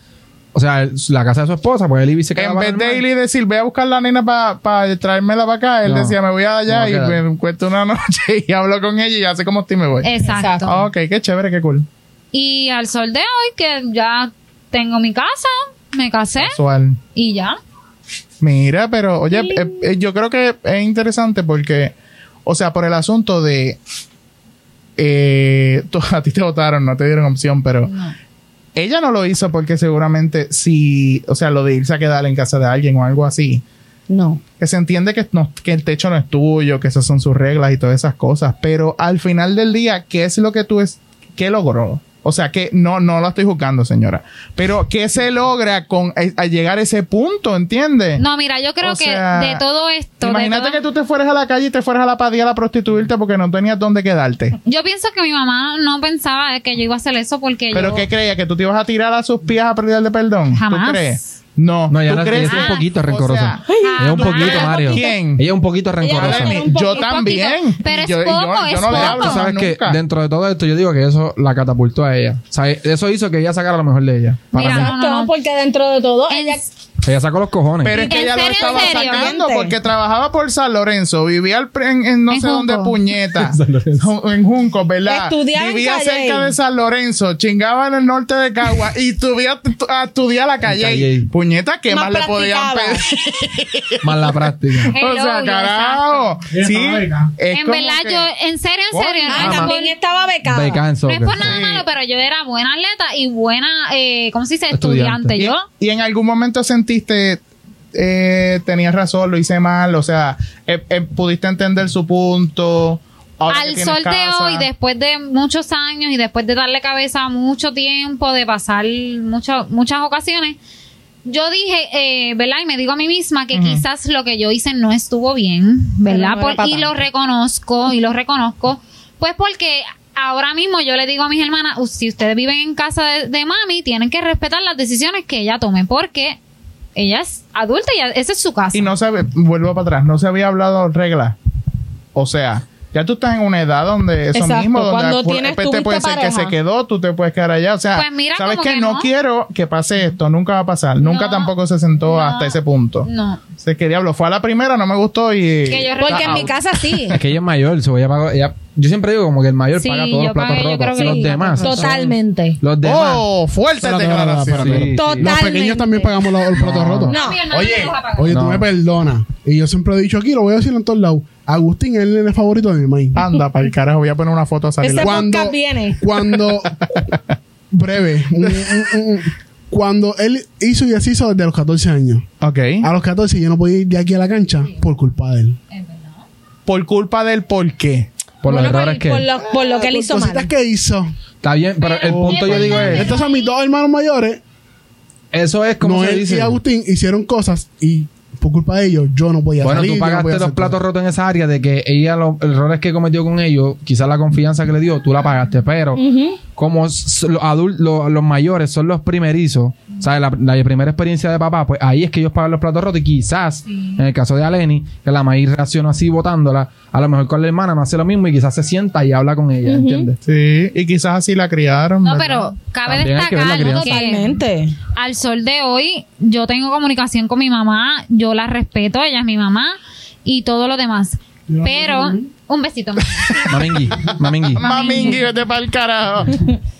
Speaker 2: o sea, el- la casa de su esposa, pues él iba y se
Speaker 1: En
Speaker 2: quedaba
Speaker 1: vez de
Speaker 2: normal.
Speaker 1: ir y decir, voy a buscar la nena para traérmela para acá, él
Speaker 2: No.
Speaker 1: decía, me voy allá
Speaker 2: No,
Speaker 1: y
Speaker 2: queda.
Speaker 1: me encuentro una noche y hablo con ella y hace como estoy y me voy.
Speaker 5: Exacto.
Speaker 1: Ah, ok, qué chévere, qué cool.
Speaker 5: Y al sol de hoy, que ya tengo mi casa, me casé
Speaker 1: Casual.
Speaker 5: y ya.
Speaker 1: Mira, pero oye, eh, eh, yo creo que es interesante porque, o sea, por el asunto de... eh, tú- a ti te votaron, no te dieron opción, pero... Ella no lo hizo porque seguramente si, o sea, lo de irse a quedar en casa de alguien o algo así,
Speaker 3: No.
Speaker 1: que se entiende que, no- que el techo no es tuyo, que esas son sus reglas y todas esas cosas, pero al final del día, ¿qué es lo que tú es, qué logró? O sea, que no, no la estoy juzgando, señora, pero ¿qué se logra con, eh, a llegar a ese punto, entiendes?
Speaker 5: No, mira, yo creo
Speaker 1: O sea,
Speaker 5: que de todo esto. de
Speaker 1: Imagínate
Speaker 5: todo-
Speaker 1: que tú te fueras a la calle y te fueras a la padilla a prostituirte porque no tenías dónde quedarte.
Speaker 5: Yo pienso que mi mamá no pensaba que yo iba a hacer eso porque
Speaker 1: ¿Pero
Speaker 5: yo.
Speaker 1: qué creía? ¿Que tú te ibas a tirar a sus pies a pedirle perdón?
Speaker 5: Jamás.
Speaker 1: ¿Tú crees? No.
Speaker 2: No, ella
Speaker 1: ¿Tú
Speaker 2: no-
Speaker 1: crees?
Speaker 2: ella es un
Speaker 1: Ah,
Speaker 2: poquito
Speaker 1: o sea,
Speaker 2: rencorosa. Ella es un
Speaker 5: Ah,
Speaker 2: poquito,
Speaker 5: ah,
Speaker 2: Mario.
Speaker 1: ¿Quién?
Speaker 2: Ella es un poquito rencorosa.
Speaker 3: Pero
Speaker 1: Adani,
Speaker 3: un
Speaker 1: yo
Speaker 3: poquito,
Speaker 1: también.
Speaker 5: pero
Speaker 1: Y
Speaker 5: es
Speaker 1: yo- y yo-
Speaker 5: poco,
Speaker 1: yo
Speaker 5: es
Speaker 1: no le hablo,
Speaker 5: poco.
Speaker 2: sabes que
Speaker 1: nunca.
Speaker 2: dentro de todo esto yo digo que eso la catapultó a ella. O sea, eso hizo que ella sacara lo mejor de ella. Para
Speaker 5: Mira,
Speaker 2: mí.
Speaker 5: No, no, no.
Speaker 3: porque dentro de todo,
Speaker 5: En-
Speaker 3: ella
Speaker 2: Ella sacó los cojones.
Speaker 1: Pero es que
Speaker 5: ¿En
Speaker 1: ella lo
Speaker 5: serio,
Speaker 1: estaba
Speaker 5: en serio?
Speaker 1: sacando porque trabajaba por San Lorenzo, vivía al pre- en, en no
Speaker 5: En
Speaker 1: sé dónde
Speaker 5: Junco.
Speaker 1: puñeta,
Speaker 2: San Lorenzo.
Speaker 1: en Junco, ¿verdad?
Speaker 3: Estudiaba en
Speaker 1: vivía
Speaker 3: Calle.
Speaker 1: cerca de San Lorenzo, chingaba en el norte de Cagua y estudia, a estudiar la calle.
Speaker 2: Calle.
Speaker 1: Puñeta, ¿qué
Speaker 3: No
Speaker 1: más le podían
Speaker 3: practicaba.
Speaker 1: pedir?
Speaker 2: Más la práctica.
Speaker 5: Hello,
Speaker 1: o sea,
Speaker 5: yo,
Speaker 1: carajo.
Speaker 4: exacto.
Speaker 1: Sí,
Speaker 4: Ella estaba
Speaker 1: es
Speaker 5: en
Speaker 1: como
Speaker 5: verdad,
Speaker 1: que-
Speaker 5: yo. En serio, en serio.
Speaker 3: Ah,
Speaker 5: no, es
Speaker 3: también
Speaker 5: por-
Speaker 3: estaba becada.
Speaker 2: Becada en
Speaker 5: no es
Speaker 2: soccer.
Speaker 5: por nada
Speaker 1: Sí.
Speaker 5: malo, pero yo era buena atleta y buena, eh, ¿cómo se dice?
Speaker 2: Estudiante.
Speaker 5: Estudiante. Yo.
Speaker 1: Y, y en algún momento sentiste, eh, tenías razón, lo hice mal, o sea, eh, eh, pudiste entender su punto. ahora que
Speaker 5: al
Speaker 1: tienes
Speaker 5: sol de
Speaker 1: casa.
Speaker 5: hoy, después de muchos años y después de darle cabeza mucho tiempo, de pasar mucho- muchas ocasiones, yo dije, eh, ¿verdad? Y me digo a mí misma que quizás lo que yo hice no estuvo bien, ¿verdad?
Speaker 3: Pero no era
Speaker 5: Por-
Speaker 3: pa'
Speaker 5: y lo
Speaker 3: tanto.
Speaker 5: reconozco, y lo reconozco, pues porque ahora mismo yo le digo a mis hermanas, "U- si ustedes viven en casa de, de mami, tienen que respetar las decisiones que ella tome, porque ella es adulta y a- esa es su casa.
Speaker 1: Y no se había- vuelvo para atrás, no se había hablado reglas. O sea, ya tú estás en una edad donde eso
Speaker 3: Exacto,
Speaker 1: mismo, donde
Speaker 3: cuando
Speaker 1: pu-
Speaker 3: tienes-
Speaker 1: este
Speaker 3: tuviste
Speaker 1: puede ser que
Speaker 3: pareja.
Speaker 1: se quedó, tú te puedes quedar allá. O sea,
Speaker 5: Pues mira,
Speaker 1: sabes
Speaker 5: como
Speaker 1: que
Speaker 5: que
Speaker 1: no
Speaker 5: no.
Speaker 1: quiero que pase esto, nunca va a pasar. Nunca
Speaker 5: No,
Speaker 1: tampoco se sentó
Speaker 5: no.
Speaker 1: hasta ese punto.
Speaker 5: no.
Speaker 1: Se que diablo, fue a la primera, no me gustó y.
Speaker 5: Que yo
Speaker 3: Porque en mi casa sí.
Speaker 2: Es que ella es mayor, so, ella pagó- ella- yo siempre digo como que el mayor
Speaker 5: Sí,
Speaker 2: paga todos los
Speaker 5: yo
Speaker 2: platos
Speaker 5: pagué, yo creo
Speaker 2: rotos.
Speaker 5: que
Speaker 2: Los
Speaker 5: sí,
Speaker 2: demás. son-
Speaker 3: Totalmente.
Speaker 2: Los demás.
Speaker 1: ¡Oh! Fuerte
Speaker 4: Espérate, espérate,
Speaker 1: declaración.
Speaker 4: espérate.
Speaker 2: Sí.
Speaker 4: Los
Speaker 3: Totalmente.
Speaker 4: pequeños también pagamos los, el plato
Speaker 2: No.
Speaker 4: roto.
Speaker 3: No.
Speaker 5: Mi hermano
Speaker 1: Oye,
Speaker 5: me los apaga.
Speaker 4: Oye,
Speaker 2: No.
Speaker 4: tú me perdonas. Y yo siempre lo he dicho aquí, lo voy a decir en todos lados. Agustín es el nene favorito de mi maíz.
Speaker 1: Anda, para el carajo, voy a poner una foto a salir.
Speaker 3: Ese
Speaker 4: Cuando-
Speaker 3: podcast viene.
Speaker 4: Cuando. breve. un- un- un- un- cuando él hizo y deshizo desde los 14 años.
Speaker 1: Ok.
Speaker 4: A los 14 yo no podía ir de aquí a la cancha por culpa de él.
Speaker 5: Es verdad.
Speaker 1: Por culpa del por qué.
Speaker 2: Por los
Speaker 3: Bueno,
Speaker 2: errores
Speaker 3: por
Speaker 2: que.
Speaker 3: lo, por lo que él hizo
Speaker 4: Cositas
Speaker 3: mal.
Speaker 4: que hizo.
Speaker 2: Está bien, pero el punto yo digo es.
Speaker 4: Estos son mis dos hermanos mayores.
Speaker 2: Eso es como se
Speaker 4: Noel y
Speaker 2: dice.
Speaker 4: Agustín hicieron cosas y por culpa de ellos yo no podía
Speaker 2: Bueno,
Speaker 4: salir.
Speaker 2: tú
Speaker 4: yo no podía
Speaker 2: pagaste
Speaker 4: hacer
Speaker 2: los platos
Speaker 4: cosas.
Speaker 2: rotos en esa área de que ella los errores que cometió con ellos, quizás la confianza que le dio, tú la pagaste, pero como s- los adultos, los, los mayores son los primerizos, ¿sabes? La, la primera experiencia de papá, pues ahí es que ellos pagan los platos rotos y quizás, en el caso de Aleni, que la maíz reaccionó así votándola, a lo mejor con la hermana no hace lo mismo y quizás se sienta y habla con ella, ¿entiendes?
Speaker 1: Sí, y quizás así la criaron.
Speaker 5: No,
Speaker 1: ¿verdad?
Speaker 5: pero cabe
Speaker 2: También hay que ver la
Speaker 5: destacar
Speaker 2: crianza.
Speaker 5: que
Speaker 3: Totalmente.
Speaker 5: al sol de hoy yo tengo comunicación con mi mamá, yo la respeto, ella es mi mamá y todo lo demás. Pero, un besito. mami.
Speaker 2: Mamingui, mamingui.
Speaker 1: Mamingui, vete para el carajo.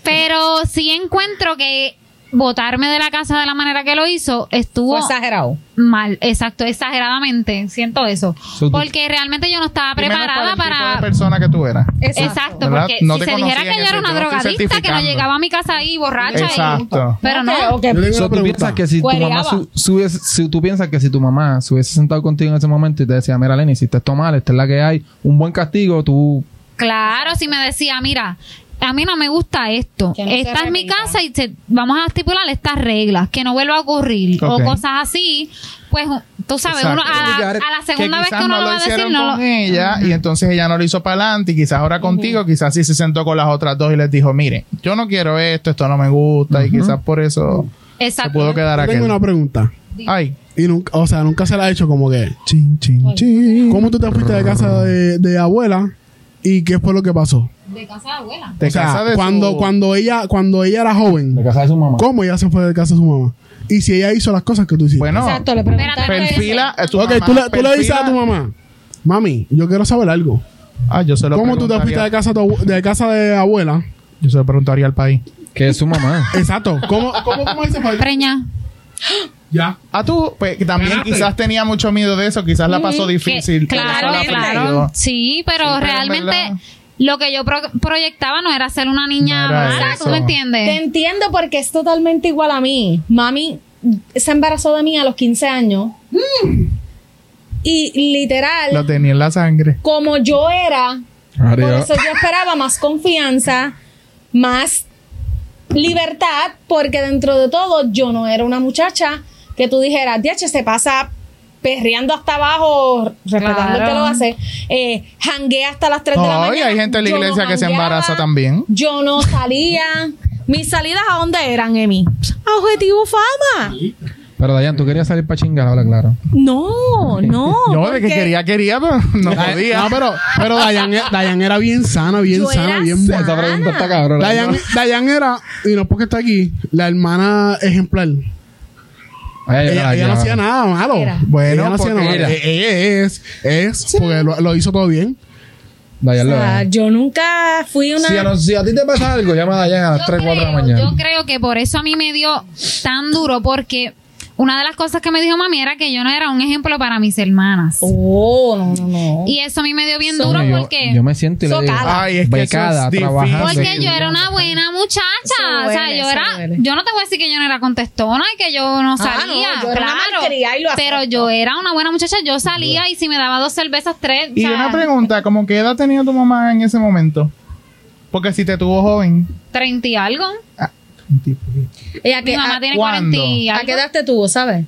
Speaker 5: Pero sí encuentro que votarme de la casa de la manera que lo hizo estuvo
Speaker 3: Fue exagerado.
Speaker 5: mal, exacto, exageradamente, siento eso.
Speaker 2: So, tú-
Speaker 5: Porque realmente yo no estaba preparada
Speaker 1: Y menos por el tipo de
Speaker 5: para...
Speaker 1: persona que tú eras.
Speaker 5: Exacto,
Speaker 1: ¿Verdad?
Speaker 5: porque
Speaker 1: No
Speaker 5: si
Speaker 1: te
Speaker 5: se dijera
Speaker 1: conocían,
Speaker 5: que yo era
Speaker 1: eso,
Speaker 5: una
Speaker 1: yo no estoy
Speaker 5: drogadicta que no
Speaker 1: certificando.
Speaker 5: llegaba a mi casa ahí borracha
Speaker 1: Exacto.
Speaker 5: y... Pero no,
Speaker 3: Que-
Speaker 4: Yo tengo
Speaker 2: So,
Speaker 4: una
Speaker 2: ¿tú,
Speaker 4: pregunta.
Speaker 2: piensas que si tu mamá
Speaker 3: Cuereaba.
Speaker 2: su- su- hubiese- si tú piensas que si tu mamá se hubiese sentado contigo en ese momento y te decía, mira Lenny, si te esto mal, esta es la que hay, un buen castigo, tú...
Speaker 5: Claro, si me decía, mira, a mí no me gusta esto.
Speaker 3: Que no se
Speaker 5: esta es mi
Speaker 3: repita.
Speaker 5: casa y se- vamos a estipular estas reglas, que no vuelva a ocurrir
Speaker 1: Ok.
Speaker 5: o cosas así. Pues tú sabes, uno, a, la,
Speaker 2: Exacto.
Speaker 5: a la segunda vez que
Speaker 1: quizás
Speaker 5: uno lo va a decir,
Speaker 1: hicieron
Speaker 5: no
Speaker 1: con
Speaker 5: lo...
Speaker 1: ella y entonces ella no lo hizo para adelante y quizás ahora contigo quizás sí se sentó con las otras dos y les dijo miren yo no quiero esto esto no me gusta y quizás por eso se pudo
Speaker 5: Exacto.
Speaker 1: quedar
Speaker 4: Yo
Speaker 1: aquí
Speaker 4: tengo una pregunta.
Speaker 1: ay
Speaker 4: Y nunca, o sea, nunca se la ha hecho como que.
Speaker 1: chin chin chin
Speaker 4: ¿Cómo tú te fuiste de casa de, de abuela? ¿Y qué fue lo que pasó?
Speaker 5: De casa de abuela.
Speaker 1: te
Speaker 4: o sea,
Speaker 1: casa de
Speaker 4: cuando,
Speaker 1: su-
Speaker 4: cuando ella, cuando ella era joven,
Speaker 2: casa de su mamá.
Speaker 4: ¿cómo ella se fue de casa de su mamá? Y si ella hizo las cosas que tú hiciste.
Speaker 1: Bueno,
Speaker 3: Exacto, le preguntaste.
Speaker 1: perfila.
Speaker 5: Ah,
Speaker 1: eh, tu
Speaker 4: ok,
Speaker 1: mamá
Speaker 4: tú, le- tú le dices
Speaker 1: perfila-
Speaker 4: a tu mamá, mami, yo quiero saber algo.
Speaker 1: Ah, yo se lo
Speaker 4: ¿Cómo tú te fuiste
Speaker 1: preguntaría-
Speaker 4: de casa, a tu abue- de casa de abuela?
Speaker 1: Yo se lo preguntaría al país.
Speaker 2: Que es su mamá.
Speaker 4: Exacto. ¿Cómo, cómo, cómo dice Fabi?
Speaker 5: Preña.
Speaker 4: Ya.
Speaker 1: Ah, tú, pues que también
Speaker 4: Espérate.
Speaker 1: quizás tenía mucho miedo de eso, quizás la pasó difícil.
Speaker 5: Que- claro,
Speaker 1: por eso la
Speaker 5: claro.
Speaker 1: aprendió.
Speaker 5: Sí, pero
Speaker 1: Sí, pero en
Speaker 5: realmente
Speaker 1: verdad-
Speaker 5: lo que yo pro- proyectaba no era ser una niña
Speaker 1: No era
Speaker 5: mala,
Speaker 1: eso.
Speaker 5: ¿tú me
Speaker 3: Te
Speaker 5: entiendes?
Speaker 3: entiendo porque es totalmente igual a mí. Mami se embarazó de mí a los 15 años.
Speaker 2: Mm.
Speaker 3: Y literal,
Speaker 1: Lo tenía en la sangre.
Speaker 3: como yo era, por
Speaker 2: María.
Speaker 3: eso yo esperaba más confianza, más libertad, porque dentro de todo yo no era una muchacha que tú dijeras, Diache, se pasa perreando hasta abajo, respetando el que
Speaker 5: Claro.
Speaker 3: lo hace, eh, janguea hasta las 3 de la
Speaker 1: No, y
Speaker 3: mañana.
Speaker 1: hay gente en la
Speaker 3: Yo
Speaker 1: iglesia que se
Speaker 3: jangueaba,
Speaker 1: embaraza también.
Speaker 3: Yo no salía. Mis salidas a dónde eran, Emi? A objetivo fama.
Speaker 2: Pero Dayan, tú querías salir para chingar, ahora claro.
Speaker 3: No, no.
Speaker 1: Yo de que
Speaker 3: porque-
Speaker 1: quería, quería, pero no podía.
Speaker 4: No, pero, pero Dayan, e- Dayan era bien sana, bien
Speaker 3: Yo
Speaker 4: sana,
Speaker 3: era
Speaker 4: bien
Speaker 3: sana.
Speaker 4: buena.
Speaker 2: Esa pregunta está cabrón.
Speaker 4: Dayan, Dayan era, y no porque está aquí, la hermana ejemplar.
Speaker 1: Eh,
Speaker 4: Ella, ella no hacía nada malo.
Speaker 3: Era.
Speaker 4: Bueno,
Speaker 1: Bueno,
Speaker 4: ella no hacía
Speaker 1: porque
Speaker 4: nada malo.
Speaker 1: era.
Speaker 4: E- Ella es, es, porque lo, lo hizo todo bien.
Speaker 2: Dayan
Speaker 3: O
Speaker 2: lo
Speaker 3: sea,
Speaker 2: es.
Speaker 3: yo nunca fui una.
Speaker 2: si, a nos- si a ti te pasa algo, llama a Dayan a las 3, 4 de la mañana.
Speaker 5: yo creo que por eso a mí me dio tan duro, porque una de las cosas que me dijo mami era que yo no era un ejemplo para mis hermanas.
Speaker 3: Oh, no, no, no.
Speaker 5: Y eso a mí me dio bien
Speaker 3: So-
Speaker 5: duro
Speaker 2: Coño, yo,
Speaker 5: porque...
Speaker 2: yo me siento y le digo,
Speaker 3: Socala.
Speaker 1: Ay, es que eso
Speaker 2: becada,
Speaker 1: es
Speaker 2: trabajando.
Speaker 1: difícil.
Speaker 5: Porque yo era una buena muchacha.
Speaker 3: Eso
Speaker 5: o sea,
Speaker 3: duele,
Speaker 5: yo
Speaker 3: eso
Speaker 5: era.
Speaker 3: duele. Ah,
Speaker 5: Yo no te voy a decir que yo no era contestona y que yo no salía.
Speaker 3: no, yo era una malcriada
Speaker 5: claro.
Speaker 3: y lo acepto.
Speaker 5: pero yo era una buena muchacha. Yo salía y si me daba dos cervezas, tres. o
Speaker 1: Y
Speaker 5: sea,
Speaker 1: una pregunta, ¿cómo qué edad tenía tu mamá en ese momento? Porque si te tuvo joven.
Speaker 5: Treinta y algo.
Speaker 1: Ah, un tipo.
Speaker 3: ¿Y a
Speaker 5: Mi
Speaker 3: qué,
Speaker 5: mamá
Speaker 3: a-
Speaker 5: tiene
Speaker 1: cuándo?
Speaker 5: cuarenta y
Speaker 3: a qué
Speaker 5: algo.
Speaker 3: edad te tuvo, sabes?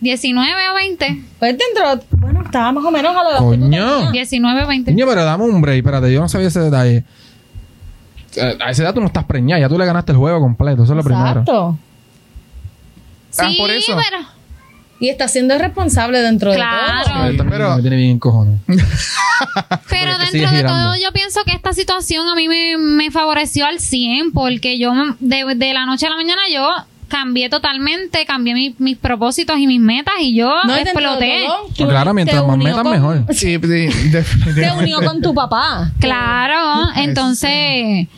Speaker 5: 19 o 20.
Speaker 3: Pues dentro. Bueno, estaba más o menos a los.
Speaker 2: Coño.
Speaker 5: 19 o 20.
Speaker 2: Coño, pero dame un break, espérate, yo no sabía ese detalle. Eh, A- A esa edad tú no estás preñada, ya tú le ganaste el juego completo, eso es lo primero.
Speaker 3: Exacto.
Speaker 5: sí,
Speaker 1: Ah, por eso.
Speaker 5: pero.
Speaker 3: Y está siendo irresponsable dentro de todo.
Speaker 5: Claro.
Speaker 2: Él también
Speaker 1: Pero-
Speaker 2: me tiene bien en cojones.
Speaker 5: Pero
Speaker 2: Pero que
Speaker 5: dentro
Speaker 2: sigue
Speaker 5: de
Speaker 2: girando.
Speaker 5: todo, yo pienso que esta situación a mí me, me favoreció al 100, porque yo m- de, de la noche a la mañana yo cambié totalmente, cambié mi- mis propósitos y mis metas y yo
Speaker 3: No, y dentro de
Speaker 5: exploté.
Speaker 3: todo, tú
Speaker 2: Pero Pues claro,
Speaker 3: te
Speaker 2: mientras más
Speaker 3: unió
Speaker 2: metas,
Speaker 3: con-
Speaker 2: mejor.
Speaker 1: Sí, sí,
Speaker 3: Te
Speaker 1: definitivamente.
Speaker 3: unió con tu papá.
Speaker 5: Claro, entonces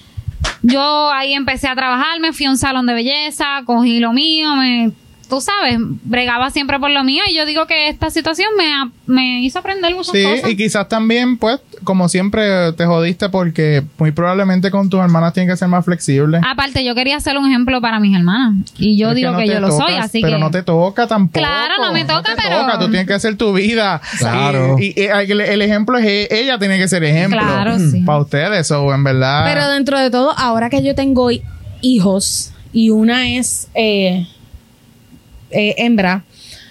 Speaker 5: yo ahí empecé a trabajar, me fui a un salón de belleza, cogí lo mío, me, tú sabes, bregaba siempre por lo mío y yo digo que esta situación me, a- me hizo aprender muchas
Speaker 1: Sí,
Speaker 5: cosas.
Speaker 1: y quizás también, pues, como siempre, te jodiste porque muy probablemente con tus hermanas tienes que ser más flexible.
Speaker 5: Aparte, yo quería ser un ejemplo para mis hermanas y yo
Speaker 1: Pero es
Speaker 5: digo
Speaker 1: no
Speaker 5: que,
Speaker 1: te
Speaker 5: yo lo
Speaker 1: tocas,
Speaker 5: soy, así
Speaker 1: pero
Speaker 5: que...
Speaker 1: no te toca tampoco.
Speaker 5: Claro, no me toca,
Speaker 1: te
Speaker 5: pero-
Speaker 1: toca, tú tienes que hacer tu vida.
Speaker 2: Claro.
Speaker 1: Y, y- y el, el ejemplo es e- ella tiene que ser ejemplo.
Speaker 5: Claro, sí.
Speaker 1: Para ustedes, o en verdad.
Speaker 3: Pero dentro de todo, ahora que yo tengo hi- hijos y una es eh, eh, hembra,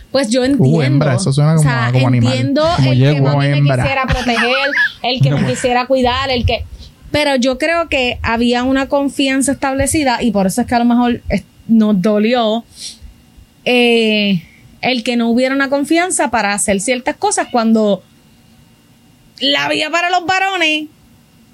Speaker 3: pues yo entiendo.
Speaker 1: Uh, hembra, eso suena como-
Speaker 3: o sea,
Speaker 1: como animal.
Speaker 3: entiendo
Speaker 2: Como
Speaker 3: el que
Speaker 2: yegua.
Speaker 3: mami me
Speaker 1: Hembra.
Speaker 3: quisiera proteger, el que me quisiera cuidar, el que. Pero yo creo que había una confianza establecida y por eso es que a lo mejor es- nos dolió eh, el que no hubiera una confianza para hacer ciertas cosas cuando la había para los varones